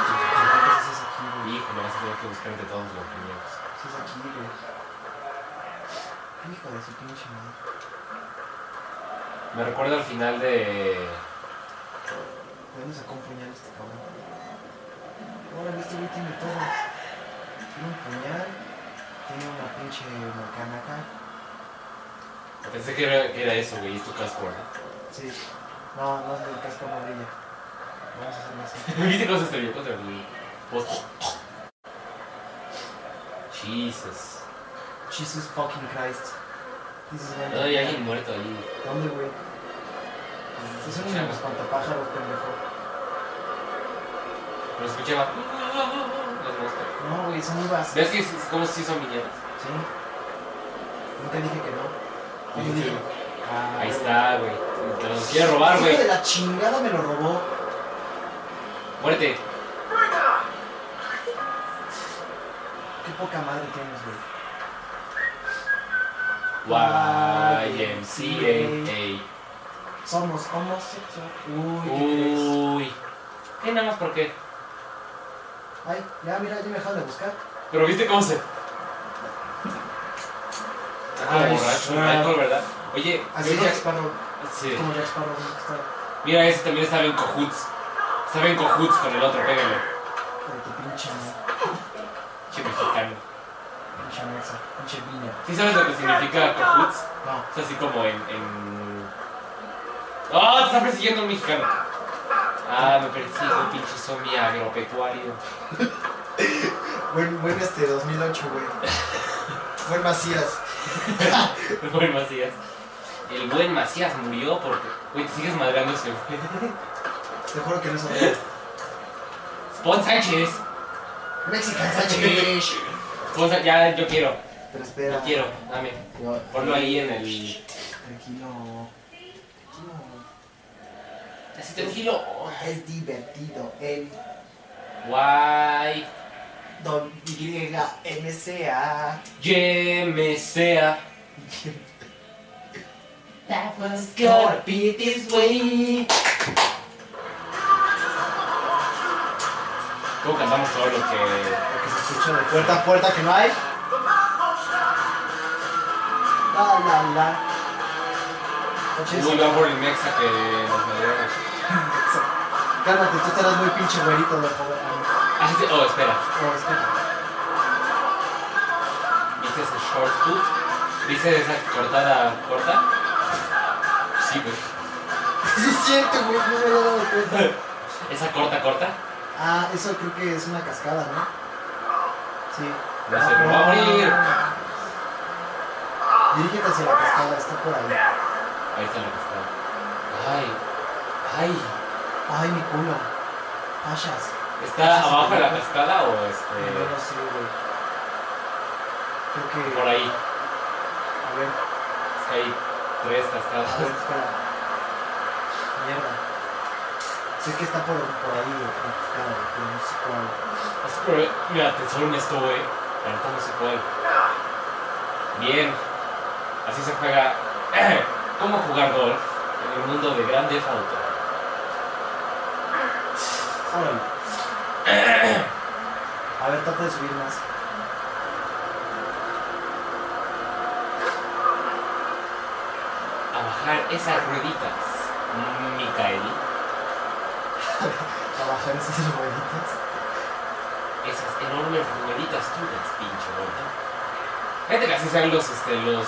¿Qué haces aquí, güey?
Hijo, me vas a tener que buscar entre todos los viñedos.
Sí, es aquí, güey. Hijo de su pinche madre.
Me recuerda al final de.
¿De dónde sacó un puñal este cabrón? Ahora este güey tiene todo. Tiene un puñal, tiene una pinche macana acá.
Pensé que era, que era eso, güey. Es tu casco, ¿verdad?
Sí. No, no es del casco no brilla. Vamos a hacerlo así.
¿Viste cómo se estrelló contra mi poste? Jesus.
Jesus fucking Christ. This is
No, hay alguien muerto ahí.
¿Dónde, güey? Es un
Chale.
espantapájaros, pendejo.
Pero escuchaba. Las moscas.
No, güey, son uvas.
¿Ves que es, es como si son viñedos?
Sí. Nunca dije que no. Y
Sí.
dije, Ah.
Ahí está, güey. Te lo quiero robar,
"Hijo
güey.
de la chingada me lo robó.
Muerte.
Qué poca madre tienes, güey.
YMCA.
Somos homosexuales. Uy, ¿qué crees?
Uy. ¿Qué nada más por qué?
Ay, ya, mira, ya me dejaron de buscar.
Pero viste cómo se. Está como
Ay,
borracho,
suena.
alcohol, ¿verdad? Oye,
Así
yo
es
creo-
Jack Sparrow.
sí.
Como Jack Sparrow. ¿no? Está
Mira, ese también estaba en cojuts. Estaba en cojuts con el otro, pégale.
por tu pinche,
Che mexicano.
pinche mesa, pinche viña.
¿Sí sabes lo que significa cojuts?
No.
Es así como en. en... ¡Ah! ¡Te está persiguiendo un mexicano! Ah, me persigue un pinche zombie agropecuario.
Buen, buen este 2008, güey. Buen Macías.
El buen Macías. El buen Macías murió porque. Güey, te sigues madreando ese güey.
Te juro que no sabía.
Spon Sánchez.
Mexican Sánchez.
Spon Sa- Ya, yo quiero.
Pero
Yo
espera.
quiero. Dame.
No,
Ponlo ahí en el.
Tranquilo. Tranquilo.
Así tranquilo.
Es divertido. El
Guay.
Don YMCA.
YMCA. That was gonna be this way. ¿Cómo cantamos todo lo que.?
Lo que se escucha de puerta a puerta que no hay. La la la. Oye,
Muy va por el Mexa que nos madrearon.
Cálmate, tú estarás muy pinche güerito de joder.
Ah, sí, oh, espera.
No, espera.
¿Viste ese Este short put? ¿Viste esa cortada corta? Sí, pues. güey.
Sí, es cierto, güey, no me había dado cuenta.
¿Esa corta corta?
Ah, eso creo que es una cascada, ¿no? Sí. Ah,
No sé, pero va a morir.
Dirígete hacia la cascada, está por ahí.
Ahí está la cortada. Ay, ay.
Ay, mi culo. Pachas.
¿Está abajo de la cascada o este.?
No sé, güey. Creo que.
Por ahí.
A ver,
Es que hay tres
a ver,
cascadas.
espera. Mierda. Sé que está por, por ahí, güey, por la cascada, güey, pero no sé cuál.
Así, pero, mira, te soy honesto, güey. La neta no sé cuál. Bien. Así se juega. ¿Cómo jugar golf en el mundo de grandes autos?
Órale. A ver, trata de subir más.
a bajar esas rueditas, Micael.
A bajar esas rueditas.
Esas enormes rueditas tuyas, pinche gorda. Fíjate que así sean los, este, los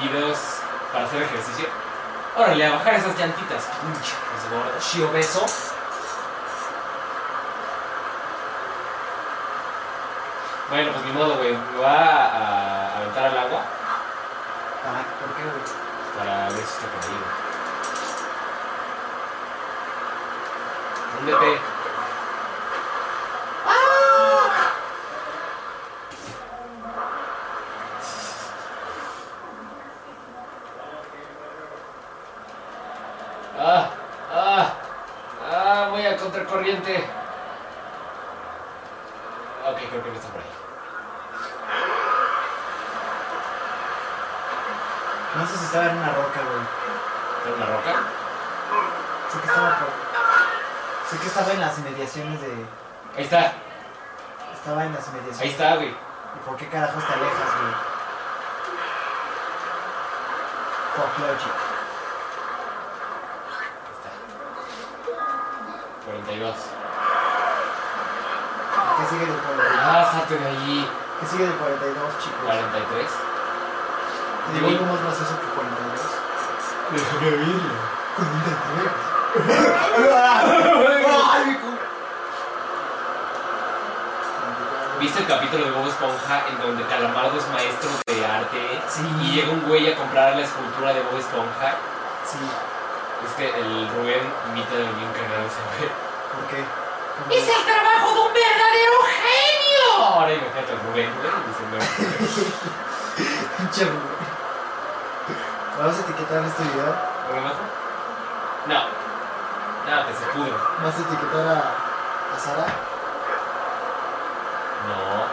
videos para hacer ejercicio. Órale, a bajar esas llantitas, pinche pues gorda.
¿Shio beso?
Bueno, pues ni modo, güey. Me va a, a aventar al agua
Ah, ¿por qué, güey?
para ver si está por ahí. güey. Húndete. Ah, ah, ah, voy a contracorriente. Ok, creo que no está por ahí.
No sé si estaba en una roca, güey.
¿Está una roca?
Sé que estaba por... Sé que estaba en las mediaciones de...
Ahí está,
Estaba en las
ahí
mediaciones.
está, güey.
¿Y por qué carajos te alejas, güey? Fuck logic.
42.
¿Qué sigue del 42?
Lázate Ah, de allí.
¿Qué sigue del 42, chicos?
43.
Te digo algo más gracioso que 42.
Déjame oírlo.
¡Ay, mi cu-
¿Viste el capítulo de Bob Esponja en donde Calamardo es maestro de arte
Sí.
y llega un güey a comprar la escultura de Bob Esponja?
Sí,
Es que el Rubén imita de bien canal ese güey.
¿por qué? ¿Cómo?
Es el trabajo de un verdadero genio.
ahora imagínate al Rubén, güey, diciendo,
Pinche güey. Vamos a etiquetar este video.
¿lo remato? No, nada, que se pudre.
Vas a etiquetar a, a Sara.
No,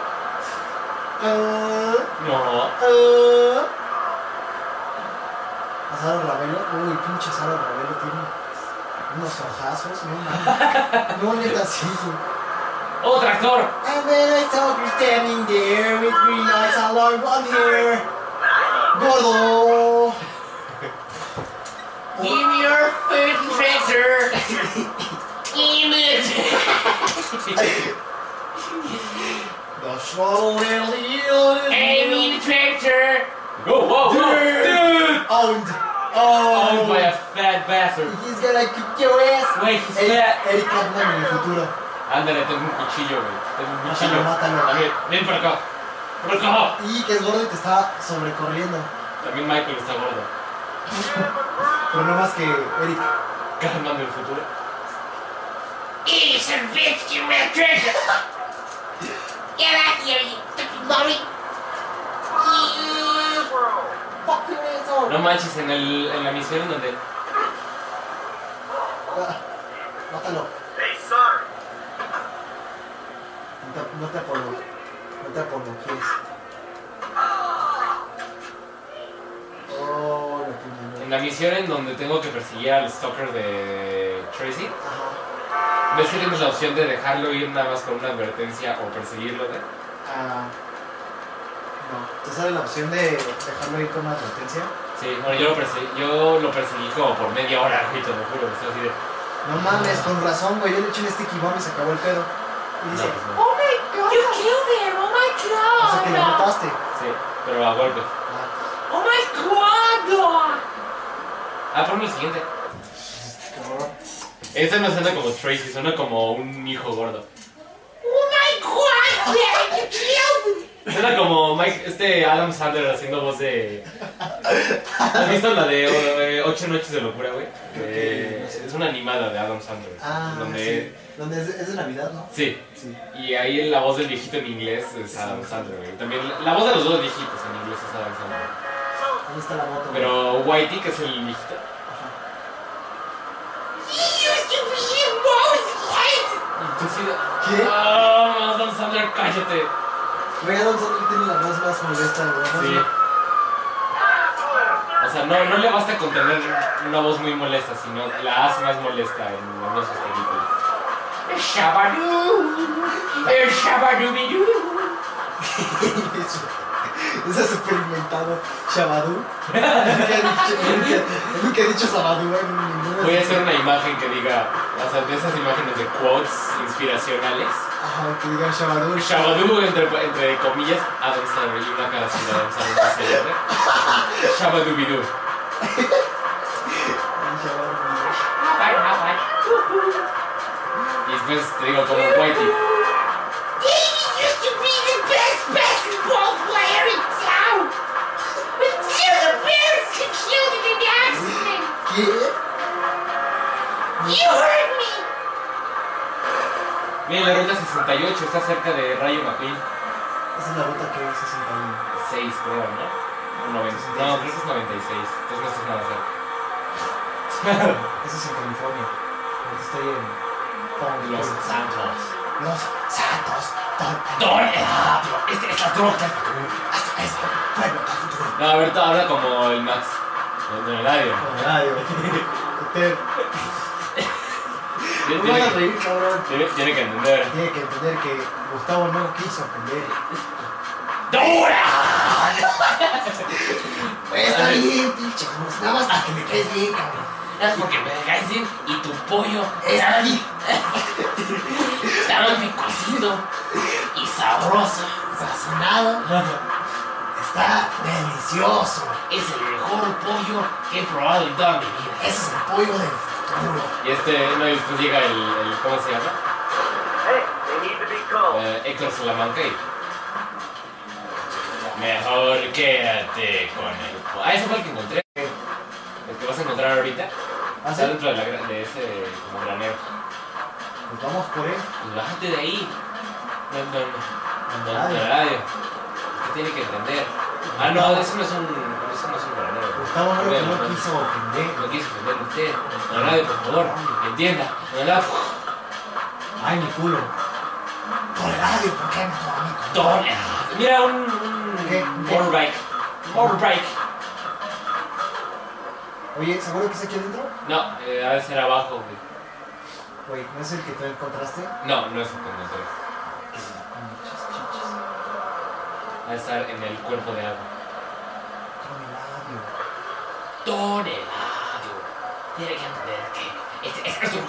Ah,
no.
ah. A Sara Ravelo. Uy, pinche Sara Ravelo tiene unos ojazos. No mames. No neta sí. güey.
¡Otro actor!
And then I saw you standing there with green eyes and long blonde hair. Gordo.
Give your food, treasure. Give it.
The shuttle will yield.
treasure. Go, whoa, whoa, dude!
Owned.
Owned by
Oh.
a fat bastard.
He's gonna kick your ass.
Güey, he's
Eric,
fat.
Eric Cartman en el futuro.
Ándale, tengo un cuchillo, güey. Tengo un
Mátalo,
cuchillo.
mátalo.
También, ven por acá. Por acá.
Y que es gordo y te está sobrecorriendo.
También Michael está gordo.
Pero no más que Eric.
Calma del futuro.
He's a bitch, you red treasure. Get out here, you stupid mommy.
Fuck your ass off.
No manches, en, el, en la misión en donde.
Ah, Mátalo. No te, no te apolo. No te apologíes. Oh, la
En la
puñalada.
misión en donde tengo que perseguir al stalker de Tracy.
Ajá.
¿Ves que tienes la opción de dejarlo ir nada más con una advertencia o perseguirlo, ¿eh? güey?
Ah, no. ¿Te sale la opción de dejarlo ir con una advertencia?
Sí, bueno, yo lo perseguí, yo lo perseguí como por media hora, güey, te lo juro, estaba así de...
No mames, con razón, güey. Yo le eché un sticky bomb y se acabó el pedo. Y dice,
No, pues no.
Oh my god. You killed him. Oh my
o sea que lo
god.
mataste.
Sí, pero a golpe.
Ah,
Oh my god.
Ah, ponme el siguiente.
cabrón.
Ese no suena como Tracy, suena como un hijo gordo.
Oh my god, man. You killed him.
Suena como Mike, este Adam Sandler haciendo voz de... ¿Has visto la de o- eh, Ocho Noches de Locura, güey? Eh, es una animada de Adam Sandler.
Ah,
Pues donde...
sí. Donde es, es de Navidad, ¿no?
Sí.
Sí.
Y ahí la voz del viejito en inglés es Adam Sandler, güey. También la- la voz de los dos viejitos en inglés es Adam Sandler.
¿Dónde está la moto? güey?
Pero Whitey, que es el viejito,
Ajá.
He used to be in most life.
Y tú sí.
¿Qué?
¡Ah, Adam Sandler, cállate!
Güey, Adam Sandler tiene la voz más molesta, güey.
Sí. O sea, no, no le basta con tener una voz muy molesta, sino la hace más molesta en las nuestras películas. El Shabadoo, el Shabadoo
Eso. Ese es súper inventado. Shabadú. Nunca he dicho Shabadú en ninguna.
Voy a hacer una imagen que diga, o sea, de esas imágenes de quotes inspiracionales.
Ajá, que diga Shabadú.
Shabadoo, entre, entre comillas, Adam Sandler y una cara así de Adam Sandler. así de- Shabadoo-bidoo.
Shabadú.
Y después te digo como Whitey.
Davey used to be the best basketball player in town. Until the Bears could kill him in the accident.
¿Qué?
You heard me.
Mira, la ruta 68 está cerca de Rayo McQueen.
Esa es la ruta que se sentó
6, creo, ¿no? O 90. No, creo que es 96. Entonces no estás nada eh. cerca.
ahí. Eso es en California. Ahorita estoy en. Palm
Los
Springs.
Santos.
Los Santos. Don-
¡Don Ejaplo! ¡Este es la droga!
Hasta es pueblo al futuro.
No, a ver, tú habla como el Max. El de radio.
Ay, güey. Usted-
Tiene,
No me hagas
tiene-
reír, cabrón.
tiene- tiene que entender.
Tiene que entender que Gustavo no quiso aprender.
¡Dora!
Está bien, pinche. Gus, Nada más para que me quedes bien, cabrón.
Es porque me dejáis ir y tu pollo
Está bien.
estaba muy cocido y sabroso.
sazonado. Está delicioso.
Es el mejor pollo que he probado en toda mi vida.
Ese es el pollo del futuro.
Y este, no, y después llega el, el ¿cómo se llama? Eh, Héctor Salamanca y... Mejor quédate con el... po- Ah, ese fue el que encontré. El que vas a encontrar ahorita.
¿Ah, sí?
Está dentro de, la, gra- de ese como granero.
Pues vamos por él.
Pues bájate de ahí. No, no, no. Monterrey. ¿Qué tiene que entender? Ah, no, eso no es un. Eso no es un granero.
Gustavo no,
Bueno,
no quiso ofender.
No quiso ofender a usted. Don Eladio, por favor, entienda. Don Eladio,
Ay, mi culo. Por el radio, ¿por qué no?
Don Eladio. Mira, un. un
¿Qué?
Motorbike. Motorbike.
Oye, ¿seguro que es aquí adentro?
No, eh, ha de ser abajo, güey.
Güey, ¿no es el que tú encontraste?
No, no es un conductor. Ha de estar en el cuerpo de agua.
Con el radio.
Toneladio. Tiene que entender que. Este, este es un.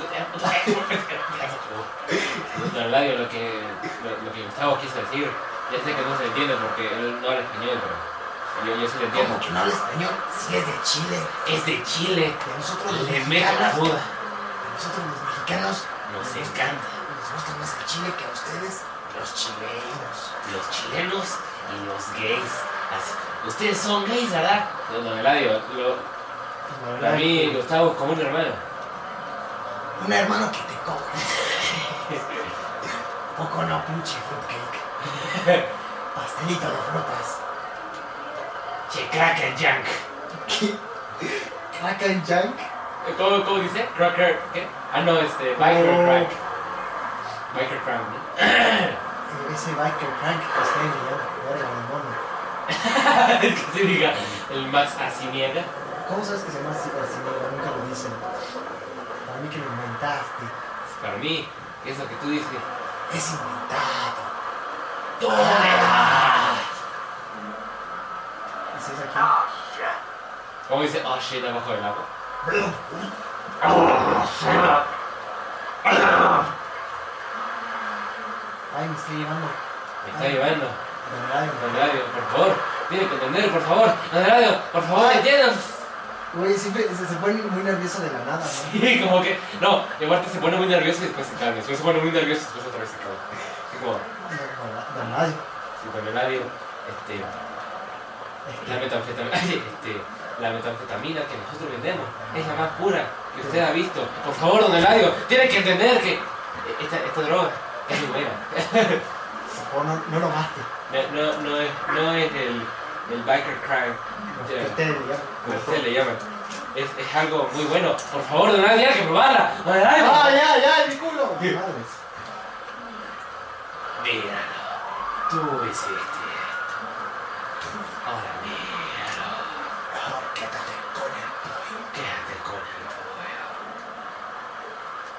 Toneladio, lo que. Lo, lo que Gustavo quiso decir. Ya sé que no se entiende porque él no habla español, pero. Yo, yo sí lo entiendo.
que no habla español? Si es de Chile.
Es de Chile.
De nosotros
Le mete la joda.
a nosotros los mexicanos
Nos encanta.
nos gusta más el Chile que a ustedes, los chilenos.
Los chilenos y los gays. Así- Ustedes son gays, ¿verdad? Don Toneladio, lo-
Pues
para mí Gustavo es como un hermano.
Un hermano que te coge. Poco no, pinche fruitcake. Pastelito de frutas.
Che, cracker junk.
Crack and Junk.
Eh, ¿Cómo, cómo dice? Cracker. ¿Qué? Ah, no, este. Biker
No.
crack. Biker crack, ¿no?
Ese biker crank que está en el verga de mono.
es que se diga el Max Asiniega.
¿Cómo sabes que se llama así? así no, nunca lo dicen. Para mí que lo inventaste.
pues, Para mí, ¿qué es lo que tú dices?
Es inventado.
¡Toma!
¿Y si es aquí?
¿Cómo dice? Oh shit, abajo del agua.
Ay, me estoy llevando.
Me está llevando.
De verdad,
Don Eladio, por favor. Tiene que entender, por favor. Don Eladio, por favor,
Ay.
entiendan.
Güey, siempre se, se pone muy nervioso de la nada, ¿no?
Sí, como que. No, y aparte se pone muy nervioso y después se calma. Después se pone muy nervioso y después otra vez se calma. Así como,
De nadie.
si Don Eladio, este. La metanfetamina, este, la metanfetamina que nosotros vendemos es la más pura que usted ha visto. Por favor, don Eladio, tiene que entender que esta, esta droga es muy buena.
O no, no lo mate.
No, no, no es, no es el, el biker crime,
Que
ya,
usted le llama.
como ustedes le llaman. Es, es algo muy bueno. Por favor, don Eladio, tiene que probarla. Don Eladio. por
¡Ah,
favor.
ya, ya, mi culo! Madres.
Míralo. Tú hiciste esto. Ahora míralo. Quédate con el pollo.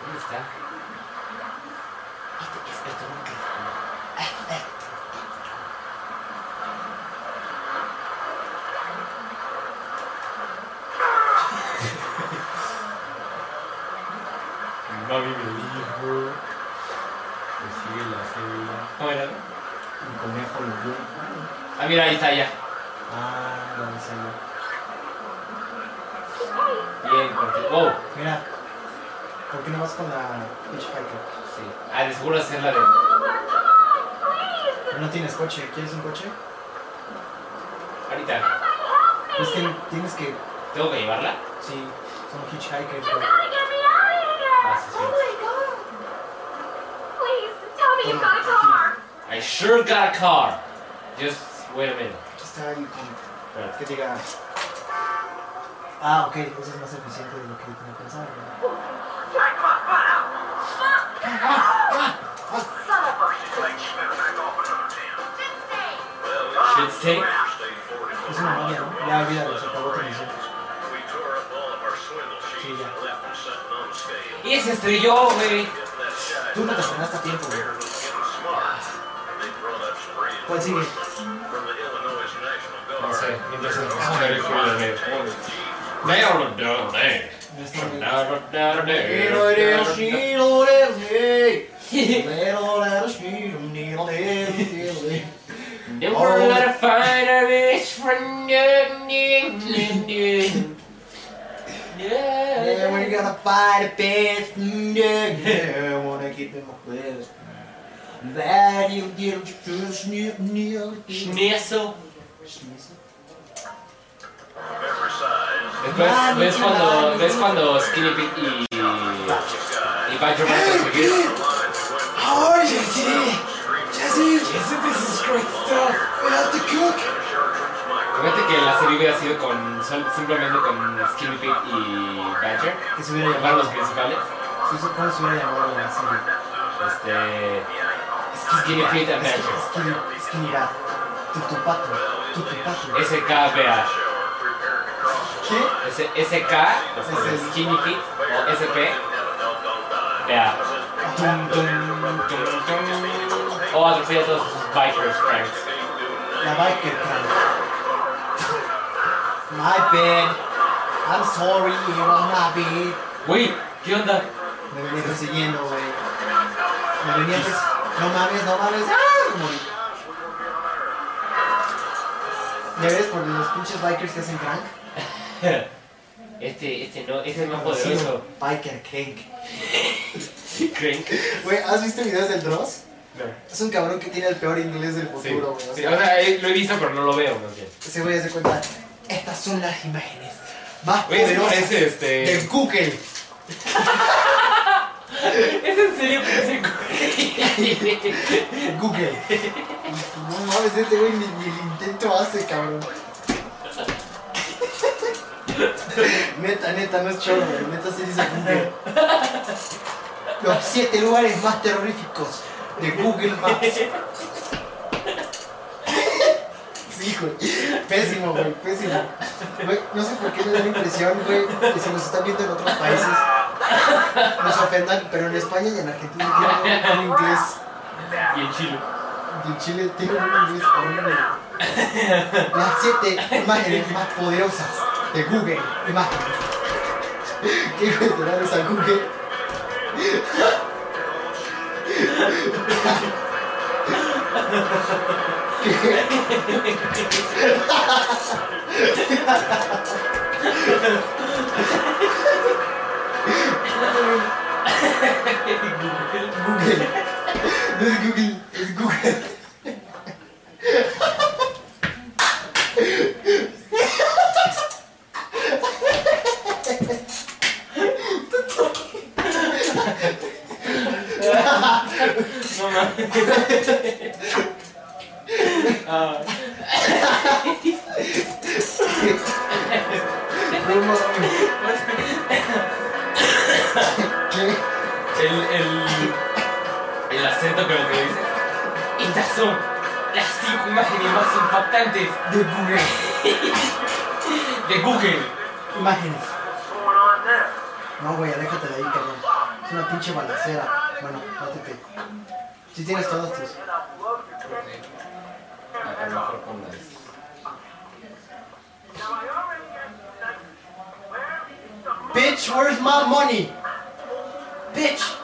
¿Dónde está? Este es este micrófono. Mami me dijo que sigue la célula. ¿Cómo era?
Un conejo lo vio.
Ah, mira, ahí está ya.
Ah, no, en serio.
Bien, corte. Oh,
Mira. ¿Por qué no vas con la Hitchhiker?
sí. Ah, de seguro es la de.
No tienes coche. ¿Quieres un coche?
Ahorita,
Es que tienes que...
¿tengo que llevarla?
Sí, son hitchhikers. güey.
Ah,
Oh
sí, sí. I sure got a car. Just wait a minute.
Aquí está el con...
Espérate.
Que diga... Ah, ok. Eso es más eficiente de lo que tenía pensado. ¿no?
Should say.
Es una magia, ¿no? Ya, olvídalo. Se acabó tu misión. Sí, ya.
Y se estrelló, güey.
Tú no te frenaste a tiempo, güey. ¿Cuál sigue?
No sé, mientras se escucha el culo de. Down, down, down. Down, down,
Pero
down.
eres chino, eres gay. Pero eres chino, chino, eres gay.
Never let a find a bitch from you.
Yeah, we
Yeah.
gotta fight the best. Yeah, yeah, wanna keep them off this. That you get to sneak, sneak, sneak.
Schniesel. Después, ¿ves cuando, ves cuando Skinny Pete y. y Banjo van a conseguir?
How are you today? decir?
Jesus, this is great stuff.
¡Cuidado, Cook!
Fíjate que la serie hubiera sido con, sol- simplemente con Skinny Pete y Badger,
Que se hubiera
que fueron los
llamado.
principales.
Sí, sí, ¿Cómo se hubiera llamado la serie?
Este. Skinny Pete and Badger.
Skinny, Skinny Dad. Tutupato. Tutupato.
SKBA.
¿Qué?
S SK, o sea,
Es el-
Skinny Pete, o SP, BA. Tum, tum, tum, tum. O atropella a Oh, todos sus bikers, friends.
La biker crank. My bad. I'm sorry, it was my bad.
Güey, ¿qué onda?
Me venía persiguiendo, güey. Me venía persiguiendo. No mames, no mames. ¡Ah! Morí. ¿Ya ves por los pinches bikers que hacen crank?
Este, este no, este es más
Conocido,
poderoso.
Biker crank.
Crank.
Güey, ¿has visto videos del Dross?
No.
Es un cabrón que tiene el peor inglés del
Sí,
futuro, güey. O
sí,
sea,
o sea, eh, lo he visto, pero no lo veo, más bien.
ese güey hace cuenta. Estas son las imágenes más
Güey, ese
poderosas
parece este.
del Google.
¿Es en serio que se
Google. No mames, este güey ni, ni el intento hace, cabrón. Neta, neta, no es chorro, güey. Neta se dice Google. Los siete lugares más terroríficos de Google Maps. Sí, güey. Pésimo, güey, pésimo. Güey, no sé por qué me da la impresión, güey, que si nos están viendo en otros países, nos ofendan, pero en España y en Argentina tienen un inglés
Y en Chile.
y en Chile tiene un inglés horrible. Las siete imágenes más poderosas de Google Imágenes. Quiero enterarles a Google. Google. No es Google, es Google.
No mames. Ah,
No mames. ¿Qué?
el, el, el acento con el que lo dices. Estas son las cinco imágenes más impactantes
De Google.
de Google.
Imágenes. No, güey, aléjate de ahí, cabrón. Es una pinche balacera. Bueno, mátete. Si tienes todos tus.
A lo mejor pongas.
Bitch, where's my money? Bitch.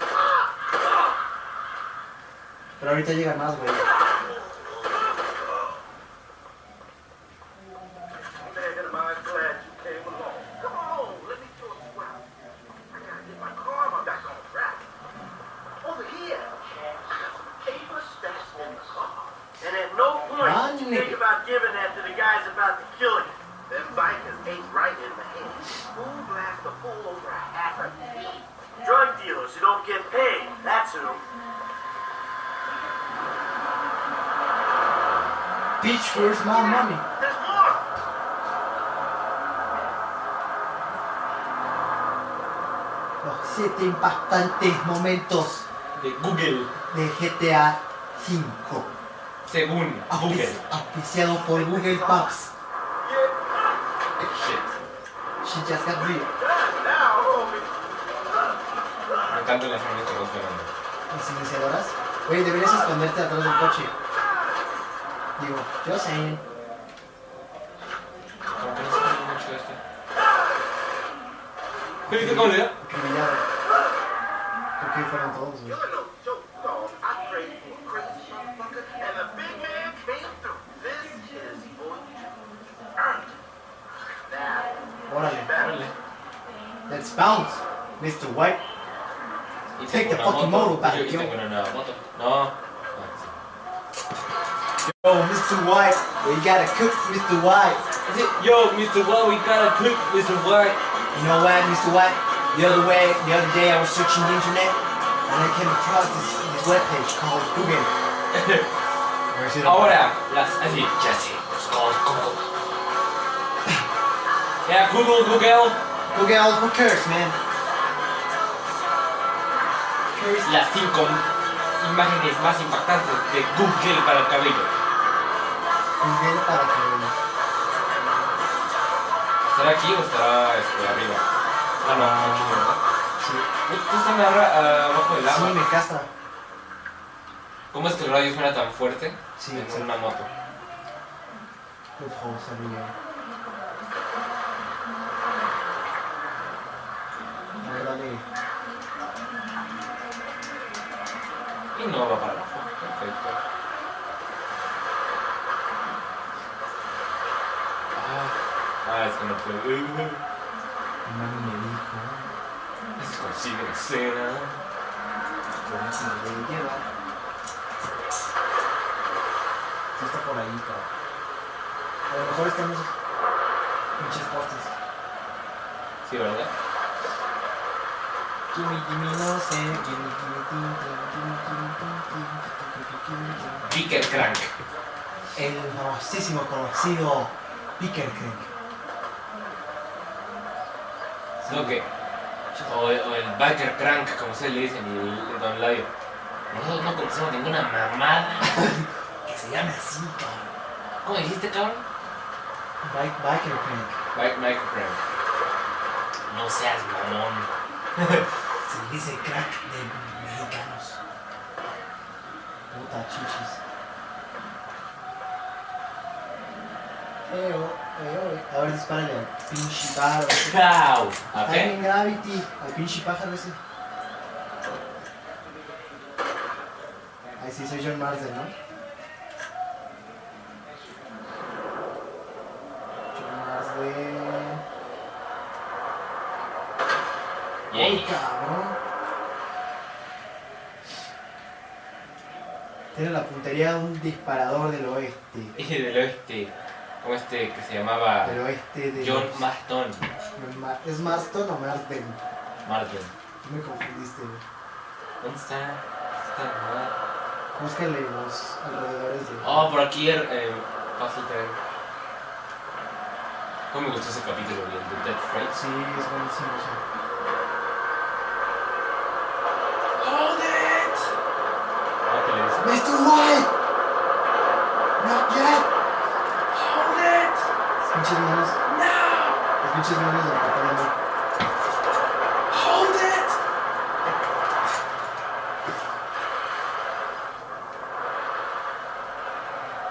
Ah!
Pero ahorita llegan más, güey.
Point you think about giving that to the guys about to kill you. Them bikers ain't right in the head. Who blast a fool over a half a beat? Drug dealers who don't get paid. That's who.
Bitch, where's my money?
There's more.
Los siete impactantes momentos
De Google.
de GTA V.
Según Google.
Auspici- Auspiciado por Google Maps.
Shit.
She just got real.
Now, homie.
Me encantan las imágenes que vas pegando.
Las iniciadoras. Oye, deberías esconderte atrás del coche. Digo, yo sé.
Como que no se entiende mucho esto. ¿Pero viste cómo le da?
Acribillado. ¿Por qué fueron todos, güey?
You're no joke, dog. I prayed for a crazy motherfucker, and the big man came through. This is for you. Earned. Now,
Órale.
Órale.
Let's bounce, Mr. White.
Y
Take
tengo
the
una
fucking
moto.
motorbike,
Yo- yo
yo.
tengo una nueva moto. No. Ah, sí.
Yo, Mr. White, we gotta cook, Mr. White.
Is it, yo, Mr. White, we gotta cook, Mr. White.
You know what, Mr. White? The other way, the other day I was searching the internet and I came across this, this webpage called Google.
Ahora, las, así, ya sé, it's called Google. Yeah, Google, Google,
Google, who cares, man?
las cinco imágenes más impactantes de Google para el cabello.
Google para que...
¿Estará aquí o estará este, arriba? Ah, no, aquí no, ¿verdad? Sí. ¿Tú estás arra- ah, abajo del agua?
Sí, me castra.
¿Cómo es que el radio suena tan fuerte
Sí,
en
sí.
una moto?
Loopholes everywhere. A ver, dale.
Y no va para abajo. Perfecto. Ah, Ah, es que no puedo.
Mami me dijo,
Es consigue escena.
que ahora se me debe llevar. Sí está por ahí, pero... A lo mejor están esos pinches postes.
Sí, ¿verdad?
Gimme, gimme, no sé. Gimme, gimme, tin, tin, tin, tin, tin, tin, tin, tin, tin, tin.
Picker Crank.
el famosísimo conocido Picker Crank.
¿No qué? O, o el Biker Crank, como se le dice en el Don Ladio. Nosotros no conocemos ninguna mamada que se llame así, cabrón. ¿Cómo dijiste, cabrón?
Bike, biker Crank.
Bike Mike Crank. No seas mamón.
Se le dice crack de mexicanos. Puta chichis. Eo, eo. A ver, dispárale al pinche pájaro.
¡Cow! ¿A
Time
qué?
in Gravity. Al pinche pájaro ese. Ay, sí, soy John Marsden, ¿no? John Marsden. ¡Ay,
Yay.
cabrón! Tiene la puntería de un disparador del oeste.
Y del oeste, como este que se llamaba
Del oeste de.
John Maston.
Ma- ¿Es Marston o Marsden?
Martin.
Tú me confundiste. güey.
¿Dónde está? ¿Dónde está? mamá?
Búscale los alrededores de.
Oh, por aquí er, eh, pasa el tren. ¿Cómo me gustó ese capítulo güey, el de Dead Friends?
Sí, es buenísimo. sí.
¡Hold it! Ah, ¿qué le dice?
¡Mr. White! ¡Not yet!
¡Hold it!
Las pinches manos.
¡No!
Las pinches manos de la patada.
¡Hold it!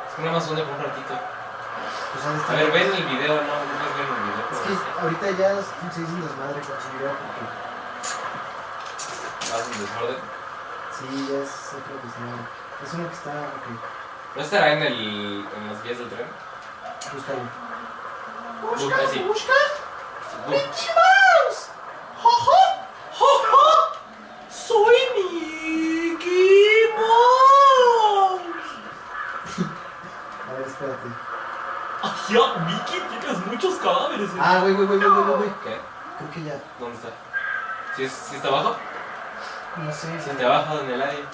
Es que nada más hunde por un ratito.
Pues han de
A
estar.
ver, ven el video, no, no ven el video.
Es que ahorita ya se hizo un desmadre con su video porque.
Haz un desorden.
Sí, ya es otro desmadre. Es uno que está. Ok,
¿No estará en, el, en las vías del tren?
búscalo.
Busca, sí. Busca.
A ver, espérate.
Ya, Mickey, tienes muchos cadáveres. ¿eh?
Ah, güey, güey, güey, güey, güey, güey, güey.
¿Qué?
Creo que ya.
¿Dónde está? ¿Sí, es- sí está abajo?
No sé,
Sí
se
está abajo, en el aire.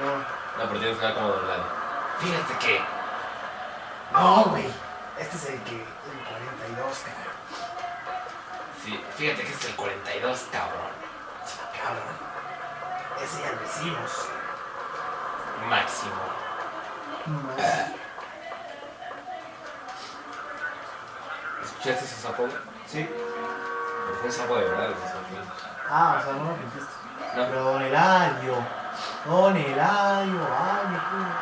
No.
No, pero tiene que sonar como Don Eladio. Fíjate que...
No, güey. Este es el que. El 42, cara.
Sí, fíjate que es el 42, cabrón.
Cabrón. Ese ya lo hicimos.
Máximo.
Más.
¿Escuchaste ese sapo? güey?
Sí.
Pero fue un sapo de verdad. ese sapo.
Ah, o sea, no lo dijiste.
No,
Pero Don Eladio. Don Eladio, ay, mi culo.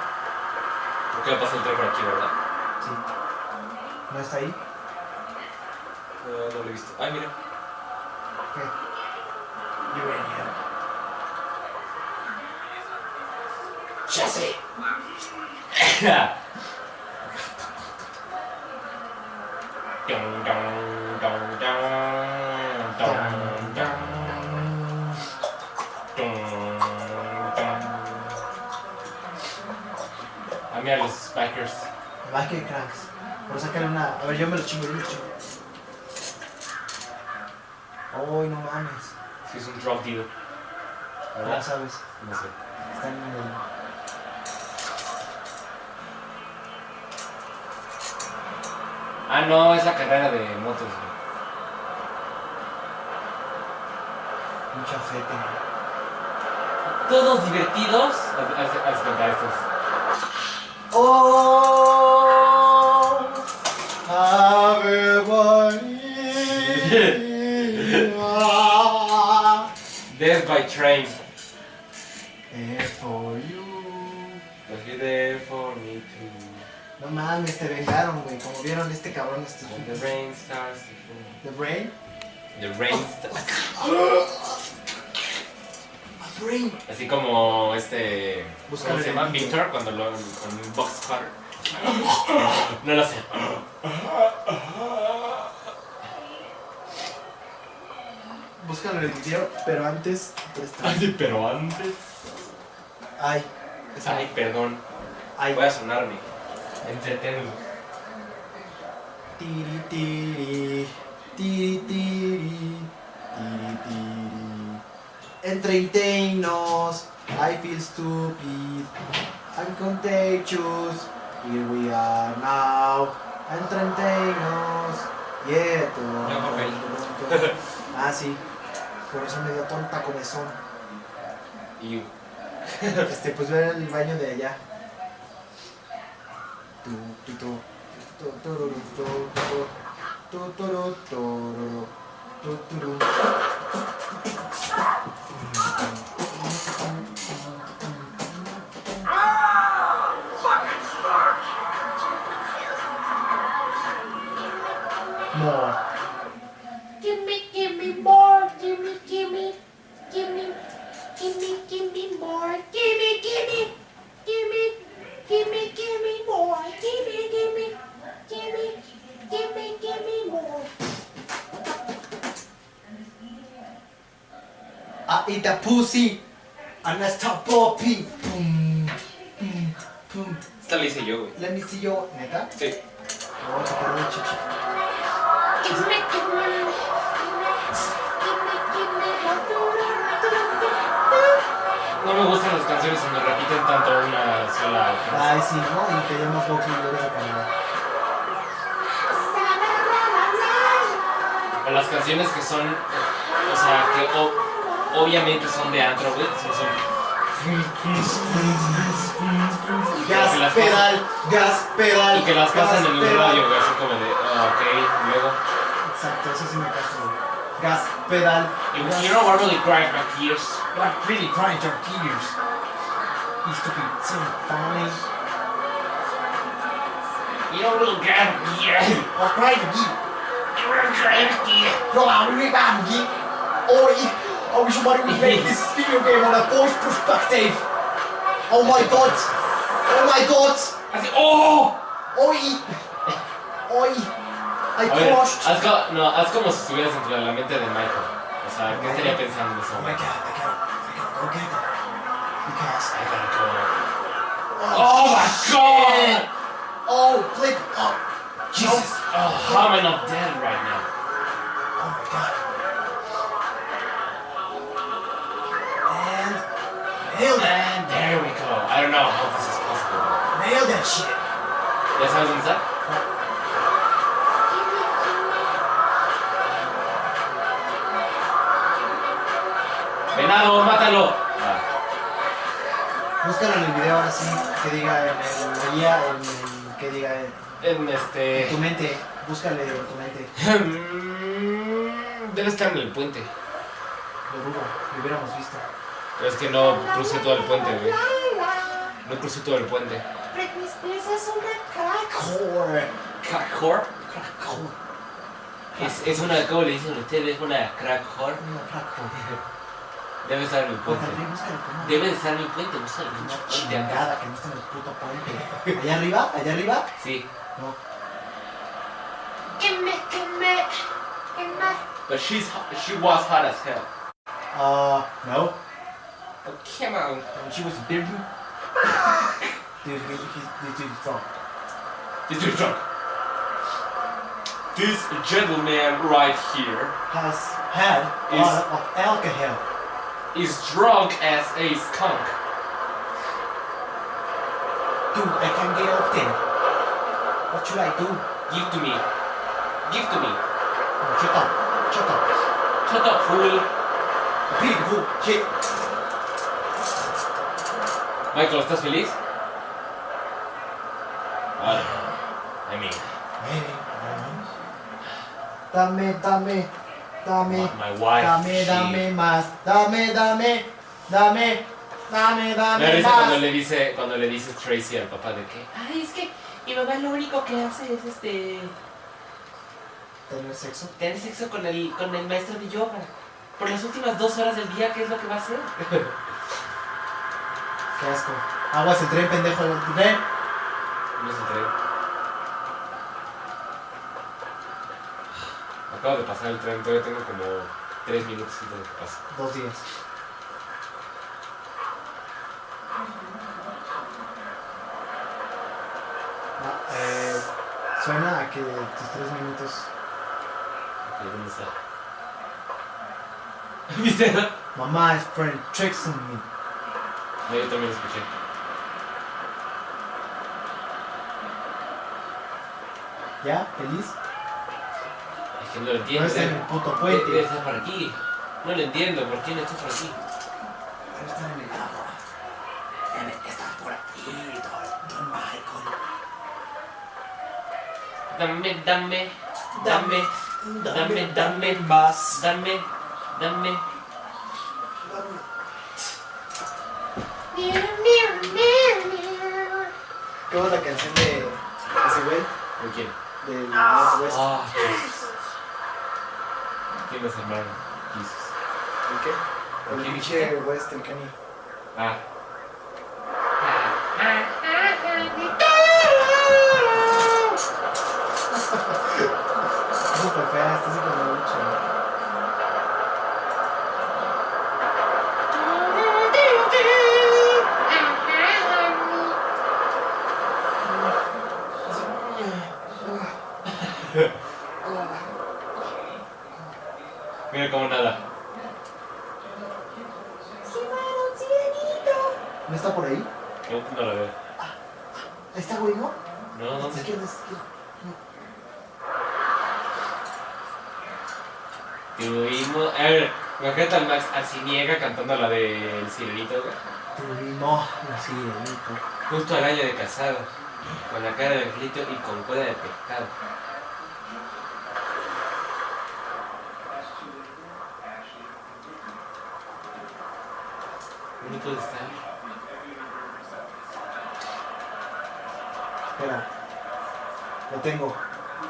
¿por qué pasó el tren por aquí, verdad?
Sí. ¿No está ahí?
Eh, No, no lo he visto. Ay, mira.
¿Qué? Yo venía.
Ya sé.
Dun, dun, dun, dun, dun, dun. Dun, dun. Ah, mira los Spikers.
Más que cracks. Pero sácale una. A ver, yo me lo chingo, yo me lo chingo. Ay, no mames.
Es que es un drug deal.
¿Cómo sabes?
No sé.
Está en el.
Ah, no, es la carrera de motos, güey.
Mucha gente.
Todos divertidos. Haz, haz- haz contar estos.
¡Oh! ¡Ave María!
Death by Train.
It's for you.
Was you there for me too?
No mames, te vengaron, güey. Como vieron este cabrón, este.
When the rain starts to fall.
The Brain.
The rain starts.
The Brain.
Así como este.
Buscar
¿Cómo se
el
llama?
enemigo.
Victor cuando lo. con un box car. No lo sé.
Búscalo en el video, pero antes. presta-
Ay, pero antes.
Ay.
Ay, perdón.
Ay.
Voy a sonarme. Entretenme.
Tiri tiri, tiri tiri, tiri tiri. Entertainos, I feel stupid, I'm contagious, here we are now. Entertainos, yeah. tum,
Ya, papel.
tum, tum, tum. Ah, sí, por eso me dio tonta comezón.
Y.
Este, pues ver el baño de allá. Tu, tu, tu, tu, tururu, tu, tu, tu, turu, tururu, tu, turu.
Ah! Fucking snark.
More.
Gimme, gimme more, gimme, gimme, gimme, gimme, gimme more, gimme, gimme, gimme, gimme, gimme more, gimme, gimme, gimme, gimme, gimme more.
I eat the pussy and I stop popping. Pum, pum, pum.
Esta la hice yo, güey.
Let me see yo. ¿Neta?
Sí.
Vamos a sacarle chichi.
Gimme, gimme, gimme, gimme, gimme,
No me gustan las canciones donde repiten tanto una sola. frase.
Ay, sí, ¿no? Y tenemos boxing de esa canal.
O las canciones que son, o sea, que o- obviamente son de antro, güey, son, son-
Gas
que las pasan-
pedal, gas pedal.
y que las
gas
pasan en el
pedal.
radio, güey, así como de, ah, ok, luego.
Exacto, eso sí me castra. güey. Gas pedal.
You, you know what really grinds my gears?
What really grinds your gears? Is to be so funny.
You know what really grinds my gears?
What grind your gear? No, I'm really bad gear. Or it- I wish somebody would make this video game on a boy's perspective. Oh my god. Oh my god.
Así, oh!
Oi. Oi. I
A ver,
crushed.
haz, co- no, haz como si estuvieras dentro de la mente de Michael. O sea, ¿qué estaría pensando eso?
Oh my god, I gotta, I gotta go get it. Because.
Oh my god!
Oh, flip. Oh,
Jesus! Oh, how am I not dead right now?
Oh my god. And nailed it.
And there we go. I don't know how this is possible.
Nailed that shit.
¿Ya sabes dónde está? Venado, mátalo. Ah,
Búscalo en el video ahora sí, que diga en el guía, en el, que diga en,
en
en tu
este.
mente, búscale en tu mente,
Debe estar en el puente.
lo dudo, lo hubiéramos visto.
Pero es que no crucé todo el puente, güey. No crucé todo el puente.
Britney Spears es una crack.
Core.
¿Crack whore?
Crack core.
Es, es una, ¿cómo le dicen ustedes? Es una crack whore.
No, crack core.
Debe estar en el puente.
Búscale, búscalo como
Debe de estar en el puente, búscalo. en el
una
puente.
chingada que no está en el puto puente. ¿Allá arriba? ¿Allá arriba?
Sí,
No.
Gimme, gimme, gimme.
but she's, hot- she was hot as hell.
Ah, no.
Oh, come on.
When she was a baby. Dude, he, he, he, he, he,
Did you drunk? This gentleman right here
has had a
Is-
lot of alcohol.
is drunk as a skunk.
Dude, I can't get up there. What should I do?
Give to me. Give to me.
Oh, shut up. Shut up.
Shut up, fool.
Big book. Shit.
Michael, ¿estás feliz? Vale. I mean,
Maybe. I don't know. Dame, dame, dame.
my wife.
Dame,
she-
dame más. Dame, dame, dame. Dame,
Me
dame
risa cuando
más.
le dice, cuando le dices Tracy al papá de que. Ay, es que mi papá lo único que hace es este.
¿Tener sexo?
tener sexo con el, con el maestro de yoga. Por las últimas dos horas del día, ¿qué es lo que va a hacer?
Qué asco. Aguas el tren, pendejo. El tren.
No se tren. Acabo de pasar el tren, todavía tengo como tres minutos antes de que pase.
Dos días. Ah, eh, suena a que tus tres minutos.
¿Y dónde está? ¿Viste? No,
Mamá is playing tricks on me.
yo también lo escuché.
¿Ya? ¿Feliz?
Es que no lo
No
entiendo.
está en el
Debe
puto
debe
puente.
estar por aquí. No lo entiendo, ¿por qué no está por aquí?
Está en el agua. Debe estar por aquí, don- Don Michael.
Dame, dame, dame, dame, dame,
más.
dame, dame.
Mirror, mirror, mirror, mirror.
¿Cómo es la canción de ese güey?
¿Con quién?
Del Northwest.
Ah, Jesus. ¿Quién es hermano? Jesus.
¿El qué? El
¿Quién
pinche West, el Kenny.
Ah.
Es súper fea, está súper mucho.
Mira como nada.
¿No está por ahí?
Yo no la veo.
Ahí está, güey, ¿no?
No, no
Está
sé.
izquierda, está izquierda.
Tuvimos. A ver, imagínate al Max así niega cantando la del sirenito, güey.
Tuvimos la sirenita.
Justo al año de casado. Con la cara de angelito y con cuerda de pescado. ¿Dónde puede estar?
Espera. Lo tengo.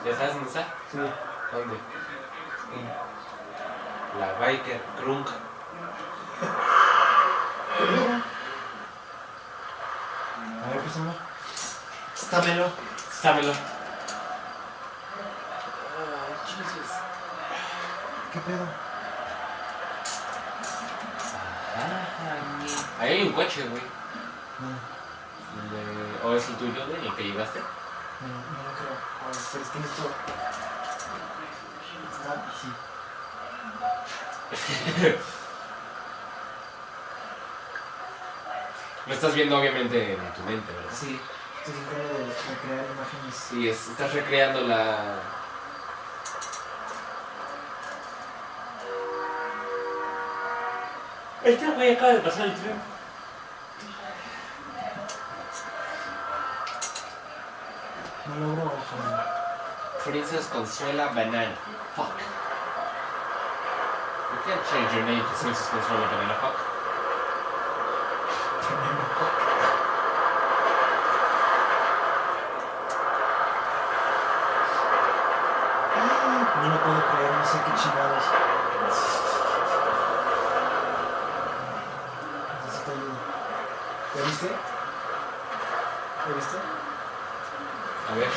¿Ya sabes dónde está?
Sí.
¿Dónde? La biker crunk.
A ver, pues, pásame. Estámelo.
Sábelo.
¿Qué pedo?
Ah, Ahí hay un coche, güey.
No, no,
Eh, ¿O es el tuyo, güey, el que llegaste?
no lo creo. A ver, pero es que esto. Está, sí.
Lo estás viendo obviamente en tu mente, ¿verdad?
Sí. Estoy tratando de recrear imágenes.
Sí, es- estás recreando la...
Este güey acaba de pasar el tren.
No logro como.
Princess Consuela Banana. Fuck. You can't change your name to Princess Consuela Banana. Fuck.
No lo puedo creer, no sé qué chingados. Necesito ayuda. ¿Ya viste? ¿Ya viste?
A ver.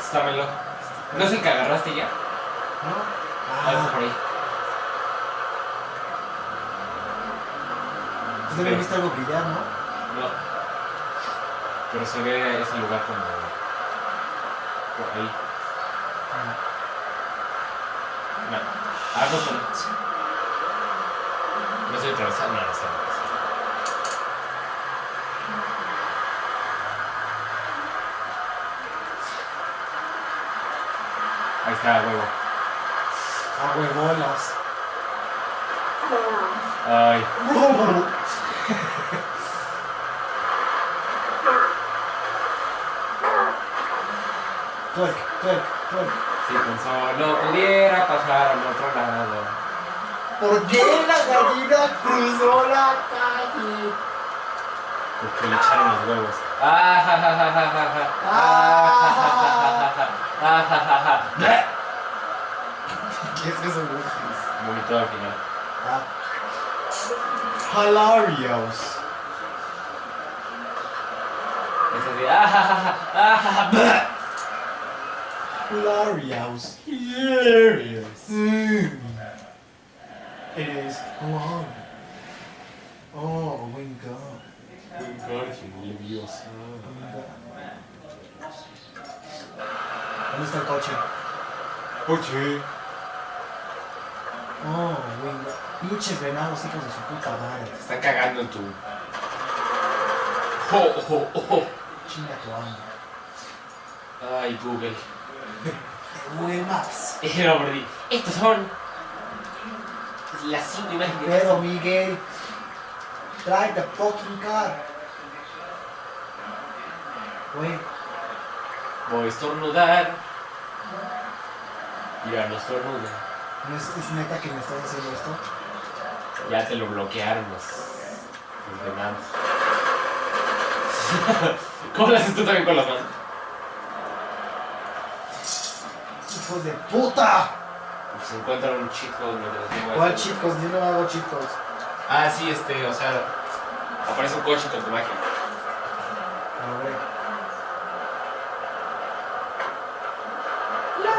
Estámelo. ¿No es el que agarraste ya?
¿No?
Ah, está
Ah,
por ahí.
tú también viste algo brillar, ¿no?
No. Pero se ve ese lugar como... Por ahí. No. Algo con. No estoy atravesando nada, está atravesando. Ahí está, a huevo.
Ah, huevolas.
Ay.
Twerk, twerk, twerk.
Si tan solo pudiera pasar al otro lado.
¿Por qué la gallina cruzó la calle?
Porque le echaron los huevos. Ah, ja, ja, ja, ja, ja, ja. Ah, ja, ja, ja, ja, ja. Ah, ja, ja, ja.
¿Qué es eso? güey?
Vomitó al final.
Ah. Hilarious.
Es así, ah, ja, ja, ja, ah, ja, ja, bla.
Hilarious. Hilarious. It is one. Oh, my God. ¿Dónde está el coche?
Oye.
Oh, güey, pinches venados, hijos de su puta madre.
Te Está cagando en tu. Jo, jo, jo.
Chinga tu alma.
Ay, Google.
Google Maps.
Eh, lo perdí. Estos son. Las cinco imágenes.
Pero Miguel, drive the fucking car. Güey,
Voy a estornudar. Mira, no estornuda.
¿no es, es neta que me estás haciendo esto?
Ya te lo bloquearon los. los venados. ¿Cómo lo haces tú también con las manos?
¡Hijos de puta!
Se encuentran Pues un chico mientras tengo
¿Cuál chicos? Yo no hago chicos.
Ah, sí, este, o sea. Aparece un coche con tu magia.
A ver.
Oh,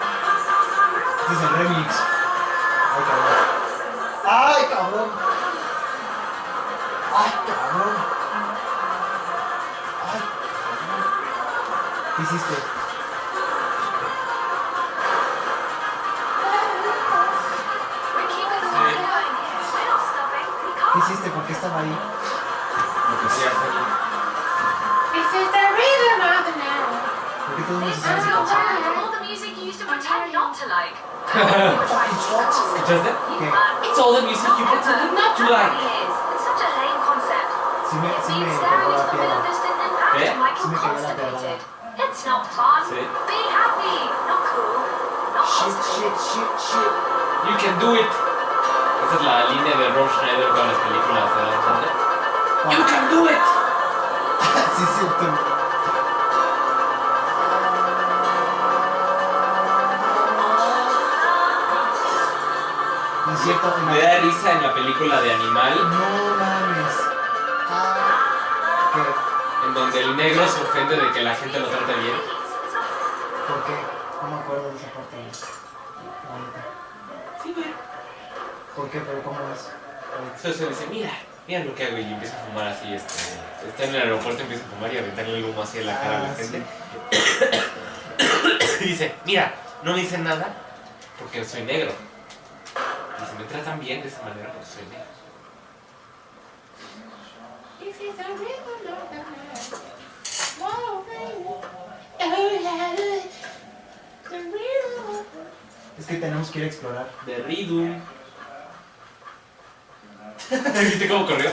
Este es el remix. Ay, cabrón. Ay, cabrón. Ay, cabrón. Ay, cabrón. ¿Qué hiciste? ¿Qué hiciste? ¿Por qué estaba ahí?
Lo que sea, está
This is the rhythm of the night.
¿Por qué todo el mundo se sabe
That's
esa
your
canción?
plan. All the music you used to pretend not to like.
bien. ¿Escuchaste?
¿Qué?
It's all the music you pretended not to like.
It's such a lame concept.
Sí me,
It
sí me
means
pegó
staring
la
into the middle of
piedra.
this distant mountain
¿Eh?
like
Sí
you're
me cayó la piedra.
constipated. It's not fun.
Sí.
Be happy. Not cool. Not
Shit,
possible.
shit, shit, shit.
You can do it. Esa es la línea de Rob Schneider con las películas de Adam Sandler. You can do it.
Sí, es cierto. No es cierto, no.
Me da risa en la película de Animal,
No mames. Ah, ¿qué?
en donde el negro se ofende de que la gente lo trata bien.
¿Por qué? No me acuerdo de esa parte. La neta. ¿Por qué? ¿Pero cómo es? Ahorita.
Entonces dice, mira, mira lo que hago y empieza a fumar así, este, está en el aeropuerto, empieza a fumar y a aventarle el humo hacia la cara a la
Ah,
gente. Y dice, mira, no me dicen nada porque soy negro. Dice, me tratan bien de esa manera porque soy negro.
This is the rhythm of the night. Whoa, baby. Oh, yeah. The rhythm of the
Es que tenemos que ir a explorar.
De Ridum. ¿Viste cómo corrió?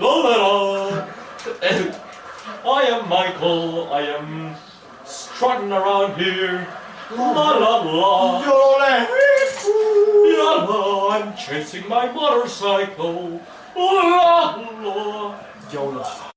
Hola. I am Michael. I am strutting around here. La la la. La la. I'm chasing my motorcycle. La la.
YOLO.